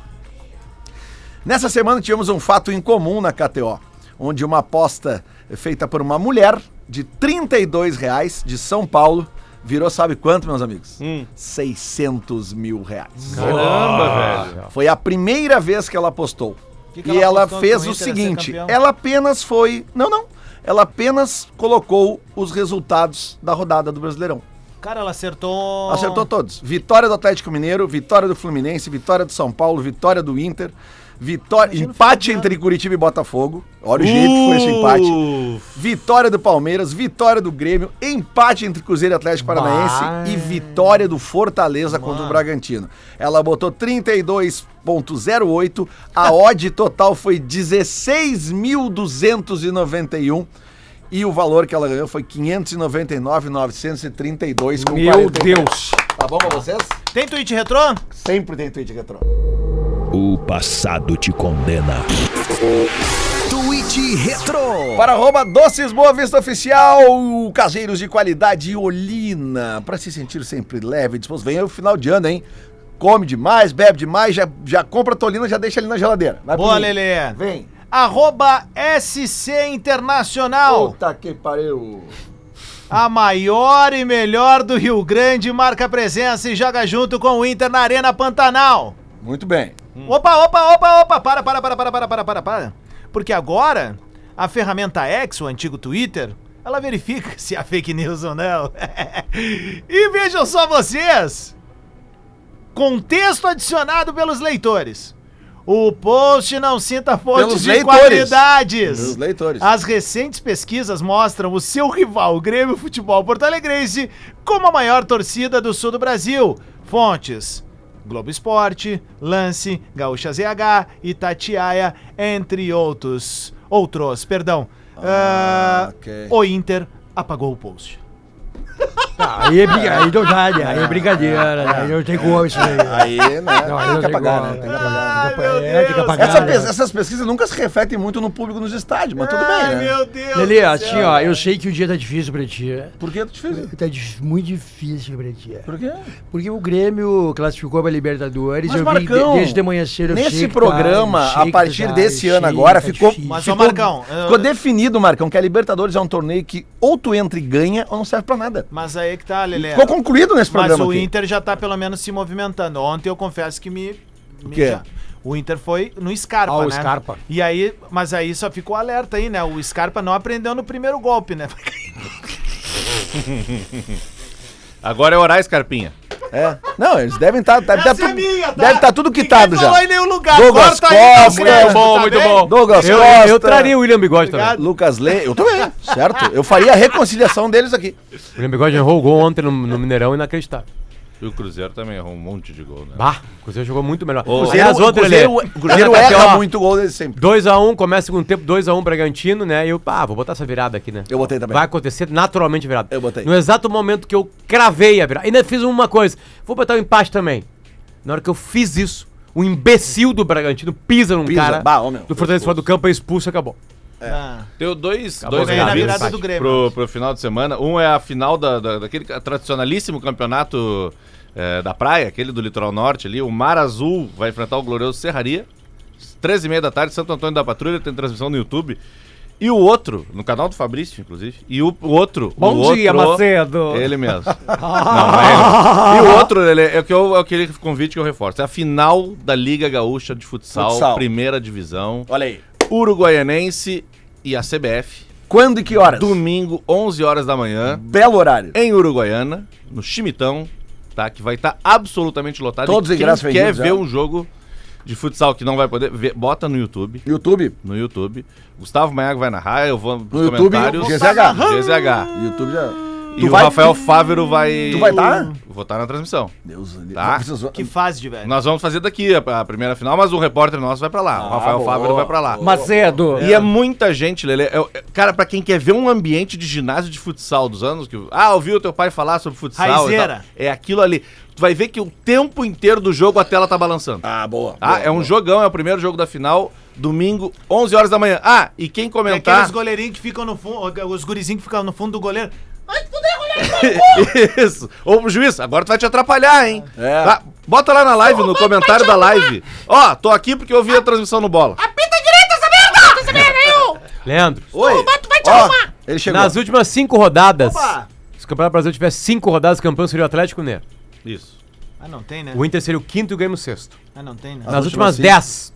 Speaker 3: Nessa semana tivemos um fato incomum na KTO, onde uma aposta feita por uma mulher de R$ 32 reais de São Paulo virou sabe quanto, meus amigos?
Speaker 6: Hum.
Speaker 3: 600 mil reais.
Speaker 6: Caramba, velho.
Speaker 3: Foi a primeira vez que ela apostou.
Speaker 6: Que que
Speaker 3: e
Speaker 6: ela
Speaker 3: ela,
Speaker 6: apostou
Speaker 3: fez
Speaker 6: que
Speaker 3: o
Speaker 6: o Inter ia ser
Speaker 3: seguinte,
Speaker 6: campeão?
Speaker 3: ela apenas foi... Não, não. Ela apenas colocou os resultados da rodada do Brasileirão.
Speaker 4: Cara, ela acertou.
Speaker 3: Acertou todos. Vitória do Atlético Mineiro, vitória do Fluminense, vitória do São Paulo, vitória do Inter, vitória, empate entre Curitiba e Botafogo. Olha o jeito que foi esse empate. Vitória do Palmeiras, vitória do Grêmio, empate entre Cruzeiro e Atlético Paranaense e vitória do Fortaleza contra o Bragantino. Ela botou 32.08, a odd total foi 16.291. E o valor que ela ganhou foi 599,932 com
Speaker 5: Meu
Speaker 3: 43.
Speaker 5: Deus.
Speaker 3: Tá bom pra vocês?
Speaker 4: Tem tweet retrô?
Speaker 3: Sempre tem tweet retrô.
Speaker 10: O passado te condena.
Speaker 1: Tweet Retro.
Speaker 3: Para arroba Doces Boa Vista Oficial, caseiros de qualidade e olina. Pra se sentir sempre leve e disposto. Vem aí o final de ano, hein? Come demais, bebe demais, já, já compra a tolina, já deixa ali na geladeira. Vai
Speaker 4: Boa,
Speaker 3: pro mim.
Speaker 4: Lelê.
Speaker 3: Vem.
Speaker 4: Arroba SC Internacional.
Speaker 3: Puta que pariu.
Speaker 4: A maior e melhor do Rio Grande marca presença e joga junto com o Inter na Arena Pantanal.
Speaker 3: Muito bem.
Speaker 4: Hum. Opa, opa, opa, opa, para, para, para, para, para, para, para, para. Porque agora, a ferramenta X, o antigo Twitter, ela verifica se é fake news ou não. e vejam só vocês! Contexto adicionado pelos leitores. O post não sinta fontes
Speaker 11: Pelos
Speaker 4: de
Speaker 11: leitores.
Speaker 4: qualidades.
Speaker 11: Pelos leitores.
Speaker 4: As recentes pesquisas mostram o seu rival, o Grêmio Futebol Porto Alegrense, como a maior torcida do sul do Brasil. Fontes: Globo Esporte, Lance, Gaúcha ZH, Itatiaia, entre outros. Outros, perdão. Ah,
Speaker 11: ok.
Speaker 4: O Inter apagou o post.
Speaker 17: Aí é brincadeira, aí não dá, né? Aí é brincadeira, né? aí não tem como isso aí.
Speaker 11: Aí, né?
Speaker 3: Ah,
Speaker 17: Não, aí não tem como.
Speaker 3: né?
Speaker 7: né?
Speaker 17: né?
Speaker 11: Tem
Speaker 4: né?
Speaker 11: que apagar.
Speaker 17: Tem que apagar, é, tem que apagar,
Speaker 11: Essa
Speaker 17: né?
Speaker 11: pes- essas pesquisas nunca se refletem muito no público nos estádios, mas tudo bem, né?
Speaker 17: Lelê, assim, ó, eu sei que o dia tá difícil pra ti.
Speaker 11: Por que tá difícil?
Speaker 17: Tá dif- muito difícil pra ti.
Speaker 3: é.
Speaker 11: Por quê?
Speaker 17: Porque o Grêmio classificou pra Libertadores.
Speaker 11: Mas,
Speaker 17: eu vi
Speaker 11: Marcão,
Speaker 17: de- desde de manhã cedo. eu sei
Speaker 11: Nesse
Speaker 17: que tá-
Speaker 11: programa,
Speaker 17: eu sei
Speaker 11: a
Speaker 17: que
Speaker 11: partir
Speaker 17: tá-
Speaker 11: desse
Speaker 17: eu
Speaker 11: ano
Speaker 17: sei
Speaker 11: agora,
Speaker 17: que tá
Speaker 11: ficou,
Speaker 17: difícil.
Speaker 4: Mas, ô,
Speaker 11: ficou,
Speaker 4: Marcão, eu-
Speaker 11: ficou definido, Marcão, que a Libertadores é um torneio que ou tu entra e ganha ou não serve pra nada.
Speaker 4: Mas aí que tá, Lelé.
Speaker 11: Ficou concluído nesse programa
Speaker 4: Mas o
Speaker 11: aqui.
Speaker 4: Inter já tá pelo menos se movimentando. Ontem eu confesso que me. me
Speaker 11: quê?
Speaker 4: já- O Inter foi no Scarpa,
Speaker 17: Ah, o
Speaker 4: né?
Speaker 17: Scarpa.
Speaker 4: E aí, mas aí só ficou alerta aí, né? O Scarpa não aprendeu no primeiro golpe, né?
Speaker 6: Agora é orar, Escarpinha.
Speaker 11: É. Não, eles devem estar. Deve
Speaker 4: Essa
Speaker 11: estar
Speaker 4: é minha, tá?
Speaker 11: tudo quitado já.
Speaker 4: falou em nenhum lugar.
Speaker 11: Douglas
Speaker 4: Corta aí,
Speaker 11: Costa.
Speaker 4: Douglas,
Speaker 11: Muito bom,
Speaker 4: tá
Speaker 11: muito
Speaker 4: bem?
Speaker 11: bom. Douglas
Speaker 7: Eu-
Speaker 11: Costa.
Speaker 7: eu traria o William Bigode também. Obrigado.
Speaker 11: Lucas Leite. Eu também, certo? Eu faria a reconciliação deles aqui.
Speaker 7: O William Bigode errou o gol ontem no, no Mineirão, inacreditável.
Speaker 6: E o Cruzeiro também errou um monte de gol, né?
Speaker 7: Bah, o Cruzeiro jogou muito melhor.
Speaker 6: Ô,
Speaker 7: Aliás,
Speaker 6: Cruzeiro-
Speaker 7: outro,
Speaker 3: é-
Speaker 6: Cruzeiro-
Speaker 7: Lelê.
Speaker 6: Cruzeiro
Speaker 7: Tá aqui,
Speaker 6: erra
Speaker 7: ó,
Speaker 11: é- Muito gol deles sempre.
Speaker 7: 2x1, começa o segundo tempo, 2x1 Bragantino, né? E eu, pá, vou botar essa virada aqui, né? Eu
Speaker 11: botei também.
Speaker 7: Vai acontecer naturalmente a virada. Eu
Speaker 11: botei.
Speaker 7: No exato momento que eu cravei a virada. Ainda fiz uma coisa, vou botar o empate também. Na hora que eu fiz isso, o imbecil do Bragantino pisa num
Speaker 11: Pisa,
Speaker 7: cara
Speaker 11: bah, ô, meu.
Speaker 7: do Fortaleza fora do campo, é expulso e acabou.
Speaker 4: Ah.
Speaker 6: Deu dois,
Speaker 7: Acabou
Speaker 6: dois
Speaker 7: a virada.
Speaker 6: convites
Speaker 7: Virada do Grêmio.
Speaker 6: pro, pro final de semana. Um é a final da, da- daquele tradicionalíssimo campeonato eh, da praia, aquele do litoral norte ali. O Mar Azul vai enfrentar o glorioso Serraria. 13 e meia da tarde, Santo Antônio da Patrulha, tem transmissão no YouTube. E o outro, no canal do Fabrício, inclusive. E o, o outro. É.
Speaker 5: Bom
Speaker 6: o
Speaker 5: dia,
Speaker 6: outro,
Speaker 5: Macedo.
Speaker 6: Ele mesmo. Não, é ele. E o outro, ele, é o que eu, é aquele convite que eu reforço. É a final da Liga Gaúcha de Futsal,
Speaker 11: Futsal.
Speaker 6: primeira divisão.
Speaker 11: Olha aí.
Speaker 6: Uruguaianense e a CBF.
Speaker 11: Quando e que horas?
Speaker 6: Domingo, 11 horas da manhã.
Speaker 11: Belo horário.
Speaker 6: Em Uruguaiana, no Chimitão, tá? Que vai estar absolutamente lotado.
Speaker 11: Todos
Speaker 6: E
Speaker 11: os ingressos
Speaker 6: quem quer
Speaker 11: vendidos, é.
Speaker 6: ver
Speaker 11: já.
Speaker 6: um jogo de futsal que não vai poder, ver, bota no YouTube.
Speaker 11: YouTube?
Speaker 6: No YouTube. Gustavo Maiago vai narrar, eu vou nos
Speaker 11: No YouTube, GZH.
Speaker 6: GZH.
Speaker 11: YouTube já.
Speaker 6: E
Speaker 11: Tu
Speaker 6: o
Speaker 11: vai-
Speaker 6: Rafael Fávero vai...
Speaker 11: Tu vai tá?
Speaker 6: Vou estar na transmissão.
Speaker 11: Deus,
Speaker 6: tá?
Speaker 4: Que fase, velho.
Speaker 6: Nós vamos fazer daqui a, a primeira final, mas o repórter nosso vai pra lá.
Speaker 11: Ah,
Speaker 6: o Rafael
Speaker 2: boa,
Speaker 6: Fávero vai pra lá.
Speaker 17: Macedo.
Speaker 6: E é muita gente, Lele. É- é- cara, pra quem quer ver um ambiente de ginásio de futsal dos anos que. Ah, ouviu o teu pai falar sobre futsal. e tal.
Speaker 4: Raizeira.
Speaker 6: É aquilo ali. Tu vai ver que o tempo inteiro do jogo a tela tá balançando.
Speaker 11: Ah, boa.
Speaker 6: Tá? é um jogão, é o primeiro jogo da final, domingo, 11 horas da manhã. Ah, e quem
Speaker 4: É aqueles
Speaker 6: comentar.
Speaker 4: goleirinhos que ficam no fundo, os gurizinhos que ficam no fundo do goleiro.
Speaker 6: Isso. Ô, pro juiz, agora tu vai te atrapalhar, hein?
Speaker 11: É.
Speaker 6: Tá? Bota lá na live, no comentário da live. Ó, tô aqui porque eu vi a transmissão no bola.
Speaker 7: Leandro.
Speaker 11: Oi.
Speaker 7: Ó,
Speaker 11: Ele chegou.
Speaker 7: Nas últimas cinco rodadas, se o Campeonato Brasileiro tivesse cinco rodadas, o campeão seria o Atlético Mineiro.
Speaker 6: Isso.
Speaker 4: Ah, não tem, né?
Speaker 7: O Inter seria o quinto e o Grêmio o sexto.
Speaker 4: Ah, não tem, né?
Speaker 7: Nas, últimas 10,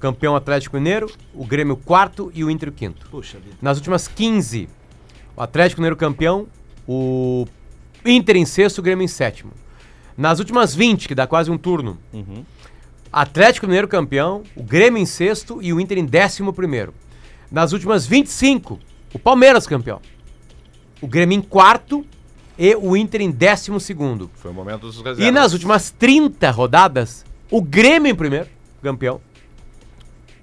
Speaker 7: campeão Atlético Mineiro, o Grêmio quarto e o Inter o quinto.
Speaker 4: Puxa vida.
Speaker 7: Nas últimas 15, o Atlético Mineiro campeão, o Inter em sexto, o Grêmio em sétimo. Nas últimas 20, que dá quase um turno, Atlético Mineiro campeão, o Grêmio em sexto e o Inter em décimo primeiro. Nas últimas 25, o Palmeiras campeão, o Grêmio em quarto e o Inter em décimo segundo.
Speaker 6: Foi o momento dos
Speaker 7: E
Speaker 6: reservas.
Speaker 7: nas últimas 30 rodadas, o Grêmio em primeiro, campeão.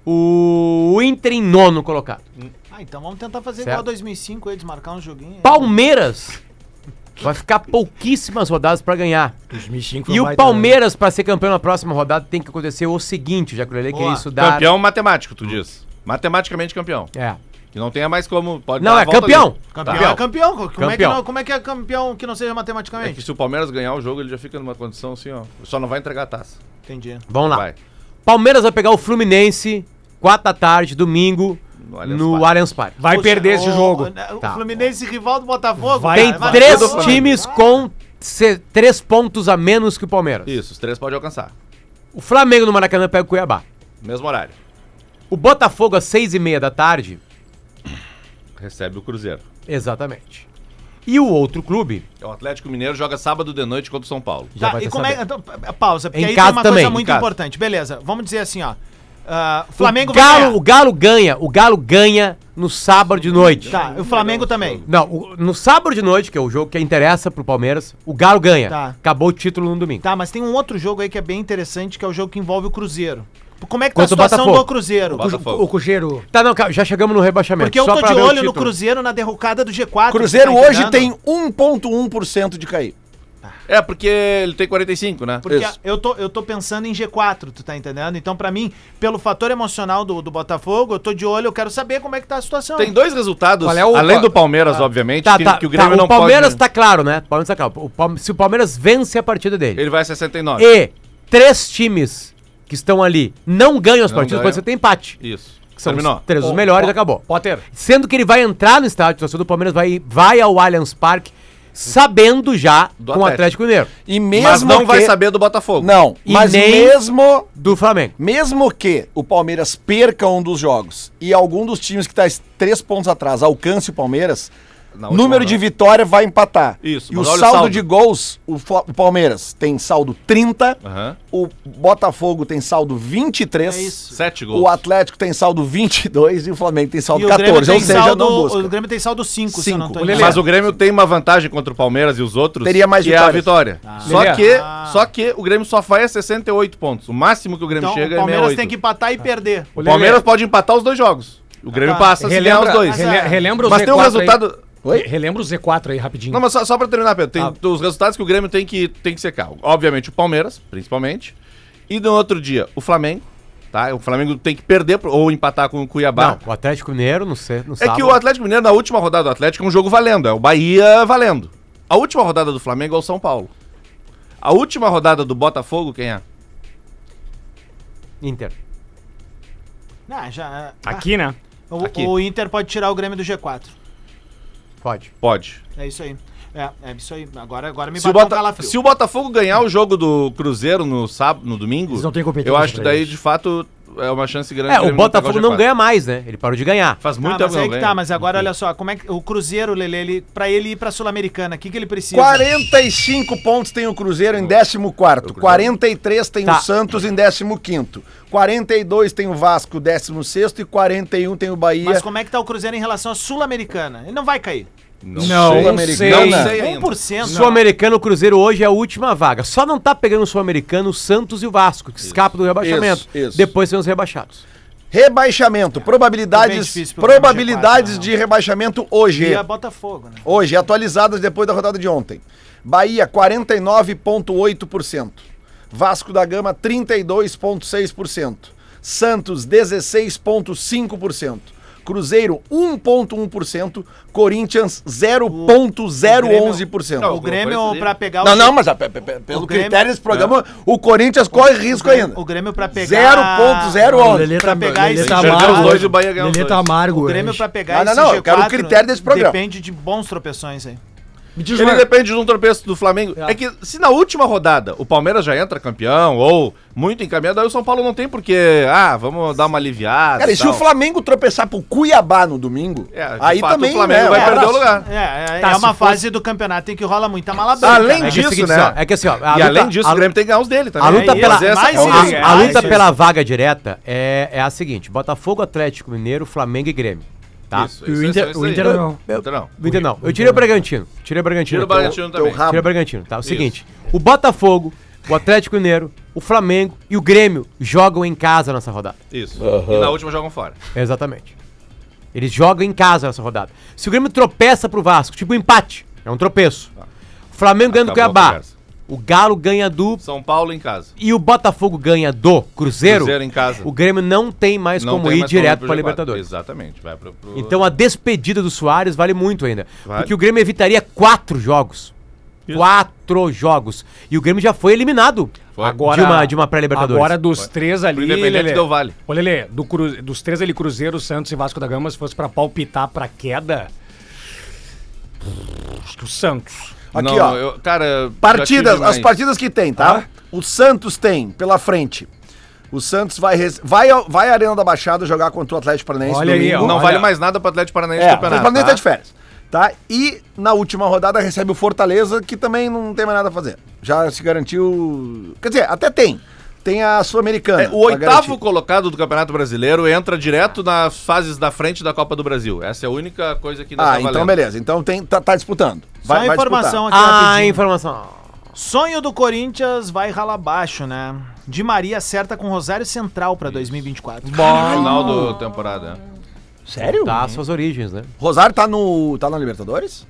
Speaker 7: O Inter em nono colocado.
Speaker 4: Ah, então vamos tentar fazer
Speaker 7: Certo.
Speaker 4: igual a 2005 aí, desmarcar um joguinho.
Speaker 7: Palmeiras vai ficar pouquíssimas rodadas pra ganhar.
Speaker 17: 2005
Speaker 7: E
Speaker 17: é um
Speaker 7: o
Speaker 17: baita-
Speaker 7: Palmeiras, pra ser campeão na próxima rodada, tem que acontecer o seguinte, já que eu falei que
Speaker 6: Boa.
Speaker 7: isso dá.
Speaker 6: Campeão matemático, tu diz. Matematicamente campeão.
Speaker 7: É.
Speaker 6: Que não tenha mais como. Pode
Speaker 7: Não,
Speaker 6: dar a
Speaker 7: é
Speaker 6: volta
Speaker 7: campeão.
Speaker 6: ali.
Speaker 4: Campeão
Speaker 6: Tá.
Speaker 4: é campeão. Como, É que
Speaker 6: Campeão.
Speaker 4: não, como é que é campeão que não seja
Speaker 6: É
Speaker 4: matematicamente?
Speaker 6: que se o Palmeiras ganhar o jogo, ele já fica numa condição assim, ó. Só não vai entregar a taça.
Speaker 4: Entendi.
Speaker 7: Vamos lá.
Speaker 6: Vai.
Speaker 7: Palmeiras vai pegar o Fluminense, 4 da tarde, domingo,
Speaker 6: Allianz
Speaker 7: no
Speaker 6: Parque.
Speaker 7: Allianz Parque.
Speaker 5: Vai perder esse jogo.
Speaker 4: né, O
Speaker 7: Tá.
Speaker 4: Fluminense rival do Botafogo.
Speaker 7: Tem
Speaker 4: cara, vai-
Speaker 7: três
Speaker 4: vai- vai-
Speaker 7: times com se- três pontos a menos que o Palmeiras.
Speaker 6: Isso, os três podem alcançar.
Speaker 7: O Flamengo no Maracanã pega o Cuiabá.
Speaker 6: Mesmo horário.
Speaker 7: O Botafogo às seis e meia da tarde.
Speaker 6: Recebe o Cruzeiro. É
Speaker 7: Exatamente. E o outro clube.
Speaker 6: O Atlético Mineiro joga sábado de noite contra o São Paulo.
Speaker 7: Já
Speaker 4: Tá,
Speaker 7: vai
Speaker 4: e
Speaker 7: ter
Speaker 4: como é.
Speaker 7: saber.
Speaker 4: então, pa- pa- Pausa, porque
Speaker 7: Em
Speaker 4: aí tem
Speaker 7: casa
Speaker 4: uma
Speaker 7: também,
Speaker 4: coisa
Speaker 7: em
Speaker 4: muito
Speaker 7: casa.
Speaker 4: importante. Beleza, vamos dizer assim, ó. Ah, Flamengo
Speaker 7: o
Speaker 4: vai
Speaker 7: Galo,
Speaker 4: ganhar.
Speaker 7: o Galo ganha. O Galo ganha no sábado de noite.
Speaker 4: Tá, o Flamengo também.
Speaker 7: Não, o- no sábado de noite, que é o jogo que interessa pro Palmeiras, o Galo ganha.
Speaker 4: Tá.
Speaker 7: Acabou o título no domingo.
Speaker 4: Tá, mas tem um outro jogo aí que é bem interessante, que é o jogo que envolve o Cruzeiro. Como é que tá a
Speaker 7: Contra o
Speaker 4: situação
Speaker 7: Botafogo.
Speaker 4: do Cruzeiro?
Speaker 7: O Botafogo.
Speaker 5: O Cujeiro.
Speaker 7: Tá, não, calma, já chegamos no rebaixamento.
Speaker 4: Porque eu
Speaker 7: só
Speaker 4: tô
Speaker 7: pra
Speaker 4: de
Speaker 7: ver o
Speaker 4: olho no
Speaker 7: título.
Speaker 4: Cruzeiro na derrocada do G4.
Speaker 3: Cruzeiro
Speaker 4: tá
Speaker 3: hoje
Speaker 4: entendendo?
Speaker 3: tem 1,1% de cair.
Speaker 6: É, porque ele tem 45, né?
Speaker 4: Porque
Speaker 6: Isso.
Speaker 4: eu tô, eu tô pensando em G4, tu tá entendendo? Então, pra mim, pelo fator emocional do, do Botafogo, eu tô de olho, eu quero saber como é que tá a situação.
Speaker 6: Tem dois resultados,
Speaker 7: Qual é o-
Speaker 6: além
Speaker 7: qual-
Speaker 6: do Palmeiras, obviamente,
Speaker 7: Tá,
Speaker 6: que,
Speaker 7: tá,
Speaker 6: que o Grêmio
Speaker 7: tá,
Speaker 6: não
Speaker 7: o Palmeiras
Speaker 6: pode...
Speaker 7: tá claro, né? O Palmeiras tá claro. O Palme- se o Palmeiras vence a partida dele
Speaker 6: Ele vai a 69.
Speaker 7: e três times que estão ali não ganham as
Speaker 6: Não
Speaker 7: partidas,
Speaker 6: ganham.
Speaker 7: pode ser ter empate.
Speaker 6: Isso.
Speaker 7: Que são
Speaker 6: Terminou.
Speaker 7: os três os melhores, acabou. Potter. Sendo que ele vai entrar no estádio, o torcedor do Palmeiras vai, vai ao Allianz Parque sabendo já
Speaker 6: Do
Speaker 7: com o Atlético
Speaker 6: Atlético.
Speaker 7: Mineiro.
Speaker 3: E mesmo
Speaker 6: Mas não vai
Speaker 3: que-
Speaker 6: saber do Botafogo.
Speaker 3: Não,
Speaker 7: E
Speaker 3: mas
Speaker 7: nem-
Speaker 3: mesmo
Speaker 7: Do Flamengo.
Speaker 3: mesmo que o Palmeiras perca um dos jogos e algum dos times que está três pontos atrás alcance o Palmeiras,
Speaker 6: Na última
Speaker 3: número
Speaker 6: rodada.
Speaker 3: de vitória vai empatar.
Speaker 6: Isso,
Speaker 3: E o
Speaker 6: mas olha o
Speaker 3: saldo,
Speaker 6: saldo.
Speaker 3: de gols, o, Fla- o Palmeiras tem saldo 30,
Speaker 6: Aham.
Speaker 3: o Botafogo tem saldo 23.
Speaker 4: É isso.
Speaker 6: Sete gols.
Speaker 3: O Atlético tem saldo 22 e o Flamengo tem saldo
Speaker 4: E o Grêmio
Speaker 3: 14, ou
Speaker 4: tem
Speaker 3: seja,
Speaker 4: saldo,
Speaker 3: não
Speaker 4: o
Speaker 3: busca.
Speaker 4: Grêmio tem saldo 5, se eu não
Speaker 3: Cinco.
Speaker 4: tô
Speaker 3: O Lelê.
Speaker 4: enganado.
Speaker 6: Mas o Grêmio tem uma vantagem contra o Palmeiras e os outros.
Speaker 3: Teria mais
Speaker 6: que é a
Speaker 3: vitórias.
Speaker 6: vitória.
Speaker 4: Ah.
Speaker 7: Lelê.
Speaker 6: Só, que, só que o Grêmio só faz 68 pontos. O máximo que o Grêmio
Speaker 4: Então,
Speaker 6: chega
Speaker 4: o
Speaker 6: é
Speaker 4: Palmeiras
Speaker 6: 68.
Speaker 4: tem que empatar e perder.
Speaker 6: O Palmeiras pode empatar os dois jogos. O
Speaker 4: Tá.
Speaker 6: Grêmio passa se ganhar os dois.
Speaker 5: rele- relembra o
Speaker 6: Mas tem um
Speaker 5: Z4
Speaker 6: resultado...
Speaker 5: aí. Re- Relembra o Z4 aí rapidinho.
Speaker 6: Não, mas só, só pra terminar, Pedro,
Speaker 3: Ah.
Speaker 6: tem os resultados que o Grêmio tem que, tem que secar. Obviamente o Palmeiras, principalmente. E no outro dia, o Flamengo. Tá? O Flamengo tem que perder pro- ou empatar com o Cuiabá.
Speaker 7: Não, o Atlético Mineiro no, sé- no
Speaker 6: é que o Atlético Mineiro, na última rodada do Atlético, é um jogo valendo. É o Bahia valendo. A última rodada do Flamengo é o São Paulo. A última rodada do Botafogo, quem é?
Speaker 7: Inter.
Speaker 4: Ah, já, ah,
Speaker 5: Aqui, né?
Speaker 4: o,
Speaker 6: aqui.
Speaker 4: o Inter pode tirar o Grêmio do G4.
Speaker 7: Pode.
Speaker 6: Pode.
Speaker 4: É isso aí. É, é isso aí. Agora, agora me
Speaker 6: Se o,
Speaker 4: bateu um
Speaker 6: Bota-
Speaker 4: calafrio.
Speaker 6: se o Botafogo ganhar o jogo do Cruzeiro no sábado, no domingo,
Speaker 5: Eles não têm competência
Speaker 6: eu acho que
Speaker 5: pra
Speaker 6: daí,
Speaker 5: isso.
Speaker 6: de fato, é uma chance grande.
Speaker 7: É,
Speaker 6: do
Speaker 7: o
Speaker 6: Grêmio pegar
Speaker 7: Botafogo não
Speaker 6: G4.
Speaker 7: ganha mais, né? Ele parou de ganhar.
Speaker 6: Faz
Speaker 4: Tá,
Speaker 6: muito tempo
Speaker 4: mas
Speaker 6: que não
Speaker 4: aí que
Speaker 6: ganha.
Speaker 4: tá, mas agora olha só, como é que o Cruzeiro, Lele, ele, pra ele ir pra Sul-Americana, o que, que ele precisa?
Speaker 3: 45 pontos tem o Cruzeiro em 14. 43 tem
Speaker 7: Tá.
Speaker 3: o Santos em 15. 42 tem o Vasco, 16. E 41 tem o Bahia.
Speaker 4: Mas como é que tá o Cruzeiro em relação à Sul-Americana? Ele não vai cair.
Speaker 6: Não,
Speaker 3: Sul-Americana.
Speaker 6: Não sei ainda.
Speaker 4: 1%.
Speaker 7: Sul-Americano, o Cruzeiro hoje é a última vaga. Só não tá pegando o Sul-Americano, o Santos e o Vasco, que escapam do rebaixamento.
Speaker 3: isso, isso.
Speaker 7: Depois tem os rebaixados.
Speaker 3: Rebaixamento.
Speaker 4: Tá Bem
Speaker 3: Probabilidades,
Speaker 4: difícil pro
Speaker 3: probabilidades
Speaker 4: G4, né?
Speaker 3: de rebaixamento hoje.
Speaker 4: E a Botafogo, né?
Speaker 3: Hoje, atualizadas depois da rodada de ontem. Bahia, 49,8%. Vasco da Gama, 32,6%. Santos, 16,5%. Cruzeiro, 1,1%. Corinthians,
Speaker 4: O
Speaker 3: 0,011%.
Speaker 4: Grêmio
Speaker 6: Grêmio-
Speaker 4: pra pegar
Speaker 3: Não, não, mas ah, pe- pe- pe- pelo
Speaker 4: tá o Grêmio-
Speaker 3: critério desse programa, o Corinthians corre risco
Speaker 4: o Grêmio,
Speaker 3: ainda.
Speaker 4: O Grêmio pra pegar
Speaker 3: 0,011.
Speaker 4: Pra pegar esse
Speaker 6: tá Perdeu os dois e o Bahia ganhou os
Speaker 5: Lelê tá
Speaker 6: dois.
Speaker 5: amargo.
Speaker 4: O Grêmio é
Speaker 5: hoje.
Speaker 4: pra pegar
Speaker 3: Não, não, não, eu quero o critério desse programa.
Speaker 4: né? Depende de bons tropeções aí.
Speaker 5: Me diz
Speaker 6: Ele
Speaker 5: uma...
Speaker 6: depende de um tropeço do Flamengo. É. que se na última rodada o Palmeiras já entra campeão ou muito encaminhado, aí o São Paulo não tem porque, ah, vamos dar uma aliviada.
Speaker 3: Cara, e se
Speaker 6: tal.
Speaker 3: o Flamengo tropeçar pro Cuiabá no domingo,
Speaker 6: É, de
Speaker 3: aí
Speaker 6: fato,
Speaker 3: também
Speaker 6: o Flamengo
Speaker 3: né,
Speaker 6: vai
Speaker 3: um
Speaker 6: perder o
Speaker 3: abraço.
Speaker 6: lugar.
Speaker 4: É, é,
Speaker 5: Tá,
Speaker 4: é
Speaker 5: se
Speaker 4: uma
Speaker 5: fosse-
Speaker 4: fase do campeonato em que rola muita mala branca.
Speaker 6: Além
Speaker 4: né?
Speaker 7: É que é o
Speaker 6: disso,
Speaker 7: seguinte,
Speaker 6: né?
Speaker 7: ó, é que assim, ó. a
Speaker 6: E
Speaker 7: luta-
Speaker 6: além disso,
Speaker 7: a
Speaker 6: o Grêmio tem que ganhar os dele também.
Speaker 7: A luta
Speaker 6: né?
Speaker 7: pela-
Speaker 6: Fazer essa
Speaker 4: mais
Speaker 6: conta.
Speaker 4: É isso.
Speaker 7: É A, a luta
Speaker 4: Isso.
Speaker 7: pela vaga direta é, é a seguinte: Botafogo, Atlético Mineiro, Flamengo e Grêmio. Tá?
Speaker 6: Isso,
Speaker 5: E o
Speaker 6: isso,
Speaker 5: Inter-
Speaker 6: isso
Speaker 5: o
Speaker 6: aí.
Speaker 5: Inter não.
Speaker 6: Eu- Inter não.
Speaker 7: O Inter não. Eu tirei o Bragantino. Tirei o Bragantino.
Speaker 6: Tira o
Speaker 7: aqui.
Speaker 6: Bragantino também.
Speaker 7: Tira o Bragantino, tá? O seguinte, o Botafogo, o Atlético Mineiro, o Flamengo e o Grêmio jogam em casa nessa rodada.
Speaker 6: Isso. E na última jogam fora.
Speaker 7: Exatamente. Eles jogam em casa nessa rodada. Se o Grêmio tropeça pro Vasco, tipo um empate, é um tropeço. O Flamengo ganha do
Speaker 6: Acabou a
Speaker 7: Cuiabá.
Speaker 6: conversa.
Speaker 7: O Galo ganha do
Speaker 6: São Paulo em casa.
Speaker 7: e o Botafogo ganha do Cruzeiro.
Speaker 6: Cruzeiro em casa.
Speaker 7: O Grêmio não tem mais
Speaker 6: Não
Speaker 7: como
Speaker 6: tem
Speaker 7: ir
Speaker 6: mais
Speaker 7: direto
Speaker 6: pro
Speaker 7: pra
Speaker 6: G4.
Speaker 7: Libertadores.
Speaker 6: Exatamente. Vai pro, pro-
Speaker 7: Então a despedida do Soares vale muito ainda.
Speaker 6: Vale.
Speaker 7: Porque o Grêmio evitaria quatro jogos. Quatro jogos. E o Grêmio já foi eliminado
Speaker 6: Foi.
Speaker 7: de uma, de uma pré-libertadores.
Speaker 5: Agora dos três ali,
Speaker 6: Independente
Speaker 5: Lelê.
Speaker 6: deu vale.
Speaker 5: Ô, Lelê, do Cru- dos três ali, Cruzeiro, Santos e Vasco da Gama, se fosse pra palpitar pra queda... Acho que o Santos.
Speaker 3: Aqui,
Speaker 6: Não,
Speaker 3: ó.
Speaker 6: eu- cara, eu já tive
Speaker 3: Partidas, as
Speaker 6: mais.
Speaker 3: partidas que tem, tá? O Santos tem pela frente. O Santos vai, res- vai, ao- vai à Arena da Baixada jogar contra o Atlético Paranaense.
Speaker 6: Olha aí, ó,
Speaker 3: domingo.
Speaker 6: não vale mais nada pro Atlético Paranaense
Speaker 3: É,
Speaker 6: do
Speaker 3: o Atlético Paranaense
Speaker 6: campeonato. tá?
Speaker 3: tá de férias. Tá? E na última rodada recebe o Fortaleza, que também não tem mais nada a fazer. Já se garantiu. Quer dizer, até tem. Tem a Sul-Americana.
Speaker 6: É, o
Speaker 3: pra
Speaker 6: oitavo
Speaker 3: garantir.
Speaker 6: colocado do Campeonato Brasileiro entra direto nas fases da frente da Copa do Brasil. Essa é a única coisa que ainda
Speaker 3: Ah,
Speaker 6: tá
Speaker 3: então
Speaker 6: valendo.
Speaker 3: beleza. Então tem, tá, tá disputando.
Speaker 6: Só
Speaker 3: Vai, vai
Speaker 4: informação
Speaker 3: disputar.
Speaker 5: Ah,
Speaker 4: aqui rapidinho.
Speaker 7: informação.
Speaker 4: Sonho do Corinthians vai ralar baixo, né? Di Maria acerta com Rosário Central pra 2024.
Speaker 6: Final do temporada.
Speaker 7: Sério? Tá, suas origens, né?
Speaker 3: Rosário tá no. tá na Libertadores?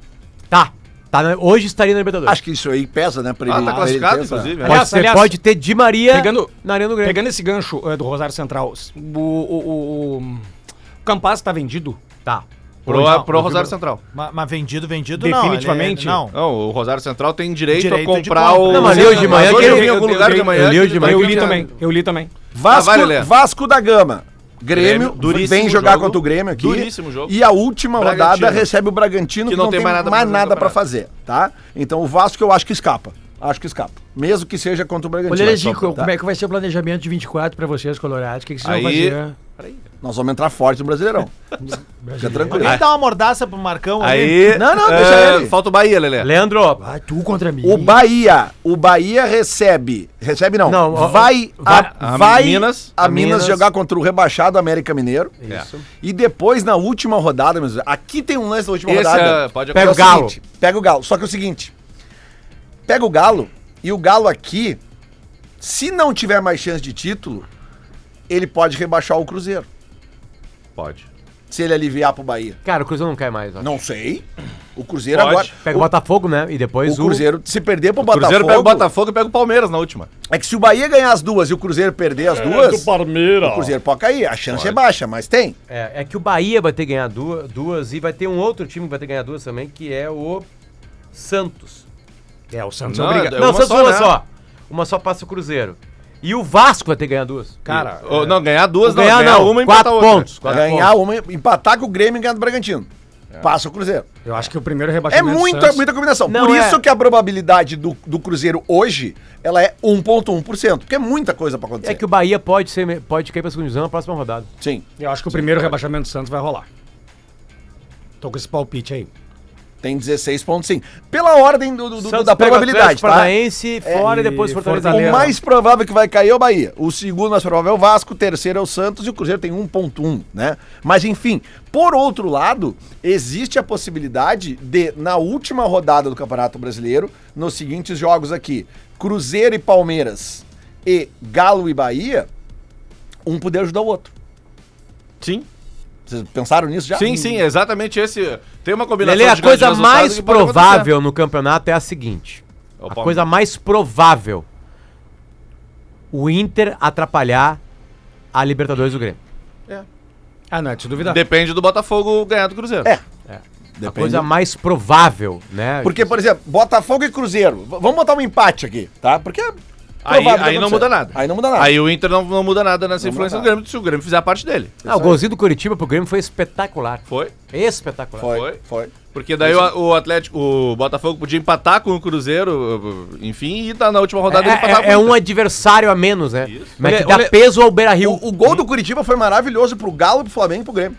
Speaker 7: Tá. tá na- hoje estaria na Libertadores.
Speaker 3: Acho que isso aí pesa, né? Pra
Speaker 7: Ah, tá
Speaker 3: pra
Speaker 7: classificado,
Speaker 3: ter essa-
Speaker 6: né?
Speaker 7: inclusive, é.
Speaker 3: Pode
Speaker 7: Aliás,
Speaker 3: ser,
Speaker 7: aliás,
Speaker 3: pode
Speaker 7: ter Di Maria
Speaker 5: pegando,
Speaker 7: na Arena do Grêmio.
Speaker 5: Pegando esse gancho eh, do Rosário Central, s- o, o, o, o Campas tá vendido?
Speaker 7: Tá.
Speaker 6: Pro-
Speaker 5: Hoje não,
Speaker 6: pro
Speaker 5: hoje
Speaker 6: Rosário
Speaker 5: não.
Speaker 6: Central.
Speaker 4: Mas, mas vendido, vendido
Speaker 3: é-
Speaker 5: Definitivamente?
Speaker 4: não. ele-
Speaker 6: Não, o Rosário Central tem direito,
Speaker 4: Direito
Speaker 6: a
Speaker 4: de
Speaker 6: comprar
Speaker 4: compra.
Speaker 6: o.
Speaker 4: Não, mas eu de manhã
Speaker 6: Mas hoje
Speaker 4: que
Speaker 6: eu
Speaker 4: eu-
Speaker 6: vi em algum
Speaker 4: eu-
Speaker 6: lugar
Speaker 4: eu-
Speaker 6: de manhã.
Speaker 4: eu li
Speaker 6: que tá
Speaker 4: o de manhã.
Speaker 6: tinha-
Speaker 4: Eu li
Speaker 5: também, eu li também.
Speaker 3: Vasco,
Speaker 6: Ah, vai, Lelé.
Speaker 3: Vasco da Gama. Grêmio,
Speaker 6: Grêmio, duríssimo
Speaker 3: vem jogar
Speaker 6: jogo.
Speaker 3: contra o Grêmio aqui.
Speaker 6: Duríssimo jogo.
Speaker 3: E a última rodada
Speaker 6: Bragantino.
Speaker 3: recebe o Bragantino, que, não, tem mais nada,
Speaker 6: pra fazer no
Speaker 3: pra
Speaker 6: campeonato.
Speaker 3: fazer, tá? Então o Vasco eu acho que escapa. Acho que escapa. Mesmo que seja contra o Bragantino.
Speaker 14: Olha, Lezico,
Speaker 3: tá?
Speaker 14: como é que vai ser o planejamento de 24 pra vocês, colorados? O que, que vocês
Speaker 3: Aí-
Speaker 14: vão fazer?
Speaker 3: Nós vamos entrar forte no Brasileirão. Fica tranquilo.
Speaker 4: Alguém dá uma mordaça pro Marcão
Speaker 6: Aí.
Speaker 3: Não, não, deixa
Speaker 6: eh,
Speaker 3: ele.
Speaker 6: Falta o Bahia, Lelé.
Speaker 7: Leandro.
Speaker 6: Ah,
Speaker 14: Vai tu contra mim.
Speaker 3: O Bahia, o Bahia recebe, recebe não,
Speaker 14: Não, ó,
Speaker 3: vai,
Speaker 14: ó,
Speaker 3: a,
Speaker 14: a- a
Speaker 3: vai
Speaker 14: Minas.
Speaker 3: a
Speaker 14: A
Speaker 3: Minas,
Speaker 14: Minas.
Speaker 3: jogar contra o rebaixado América Mineiro.
Speaker 14: Isso.
Speaker 3: E depois na última rodada, meus amigos, aqui tem um lance da última
Speaker 6: Esse
Speaker 3: rodada.
Speaker 6: é- pode
Speaker 3: pega o
Speaker 6: acontecer.
Speaker 3: Galo. pega o Galo. Só que é o seguinte, pega o Galo e o Galo aqui, se não tiver mais chance de título, ele pode rebaixar o Cruzeiro.
Speaker 6: Pode.
Speaker 3: Se ele aliviar pro Bahia.
Speaker 7: Cara, o Cruzeiro não cai mais, ó.
Speaker 3: Não sei. O Cruzeiro agora.
Speaker 7: Pega o
Speaker 3: o,
Speaker 7: Botafogo, né? E depois
Speaker 3: o Cruzeiro se perder pro
Speaker 6: O Cruzeiro pega o
Speaker 3: Botafogo
Speaker 6: Botafogo e pega o Palmeiras na última.
Speaker 3: É que se o Bahia ganhar as duas e o Cruzeiro perder as duas.
Speaker 7: É, do Palmeiras.
Speaker 3: O Cruzeiro pode cair. A chance
Speaker 7: Pode.
Speaker 3: é baixa, mas tem.
Speaker 7: É, é que o Bahia vai ter que ganhar duas, duas e vai ter um outro time que vai ter que ganhar duas também, que é o Santos.
Speaker 5: É, o Santos
Speaker 7: Não,
Speaker 5: é obrigado.
Speaker 7: é Não, Santos uma só. Uma só passa o Cruzeiro. E o Vasco vai ter que ganhar duas.
Speaker 5: Cara,
Speaker 7: E-
Speaker 6: Ou, não, ganhar duas, não.
Speaker 7: Ganhar
Speaker 6: Ganhar
Speaker 7: não,
Speaker 6: uma e
Speaker 7: quatro
Speaker 6: empatar outra. É,
Speaker 7: pontos, quatro
Speaker 3: ganhar uma, empatar com o Grêmio e ganhar do Bragantino. Passa o Cruzeiro.
Speaker 5: Eu É. acho que o primeiro
Speaker 3: É
Speaker 5: rebaixamento. do
Speaker 3: muita,
Speaker 5: Santos-
Speaker 3: muita combinação.
Speaker 5: Não,
Speaker 3: Por
Speaker 5: é-
Speaker 3: isso que a probabilidade do, do Cruzeiro hoje ela é 1,1%. Porque é muita coisa pra acontecer.
Speaker 7: É que o Bahia pode, ser, pode cair pra segunda divisão na próxima rodada.
Speaker 3: Sim.
Speaker 5: Eu acho que o primeiro rebaixamento do Santos vai rolar. Tô com esse palpite aí.
Speaker 3: Tem 16,5. Pela ordem do, do- do-
Speaker 7: Santos
Speaker 3: da
Speaker 7: pega o
Speaker 3: probabilidade,
Speaker 7: Atlético
Speaker 3: tá?
Speaker 7: Paranaense, fora e depois Fortaleza.
Speaker 3: O mais provável que vai cair é o Bahia. O segundo mais provável é o Vasco, o terceiro é o Santos e o Cruzeiro tem 1.1, né? Mas enfim, por outro lado, existe a possibilidade de, na última rodada do Campeonato Brasileiro, nos seguintes jogos aqui, Cruzeiro e Palmeiras e Galo e Bahia, um poder ajudar o outro.
Speaker 6: Sim.
Speaker 3: Vocês pensaram nisso já?
Speaker 6: é, Sim, sim, exatamente esse. Tem uma combinação
Speaker 7: Lele, a
Speaker 6: grandes
Speaker 7: coisa
Speaker 6: resultados
Speaker 7: mais
Speaker 6: que pode
Speaker 7: provável no campeonato é a seguinte.
Speaker 6: É o
Speaker 7: a
Speaker 6: Palmeiras.
Speaker 7: coisa mais provável. O Inter atrapalhar a Libertadores do Grêmio.
Speaker 5: Ah, não, é de se duvidar.
Speaker 6: Depende do Botafogo ganhar do Cruzeiro.
Speaker 3: É.
Speaker 7: A coisa mais provável, né?
Speaker 3: Porque, por exemplo, Botafogo e Cruzeiro. V- vamos botar um empate aqui, tá? Porque é
Speaker 6: Aí,
Speaker 3: provável
Speaker 6: aí
Speaker 3: de
Speaker 6: não
Speaker 3: acontecer.
Speaker 6: muda nada.
Speaker 3: Aí não muda nada.
Speaker 6: Aí o Inter não, não muda nada nessa
Speaker 3: Não
Speaker 6: influência
Speaker 3: muda
Speaker 6: do Grêmio, se o Grêmio fizer a parte dele.
Speaker 7: Ah, o golzinho do Curitiba pro Grêmio foi espetacular.
Speaker 6: Foi.
Speaker 7: Espetacular.
Speaker 3: Foi, foi.
Speaker 6: Porque daí o, o Atlético, o Botafogo podia empatar com o Cruzeiro, enfim, e tá na última rodada ele
Speaker 7: É,
Speaker 6: empatava
Speaker 7: é- é
Speaker 6: com o
Speaker 7: um
Speaker 6: Inter.
Speaker 7: adversário a menos, né? Mas que
Speaker 6: Olha-
Speaker 7: dá
Speaker 6: olha-
Speaker 7: peso ao Beira Rio.
Speaker 3: O gol do Curitiba foi maravilhoso pro Galo, pro Flamengo e pro Grêmio.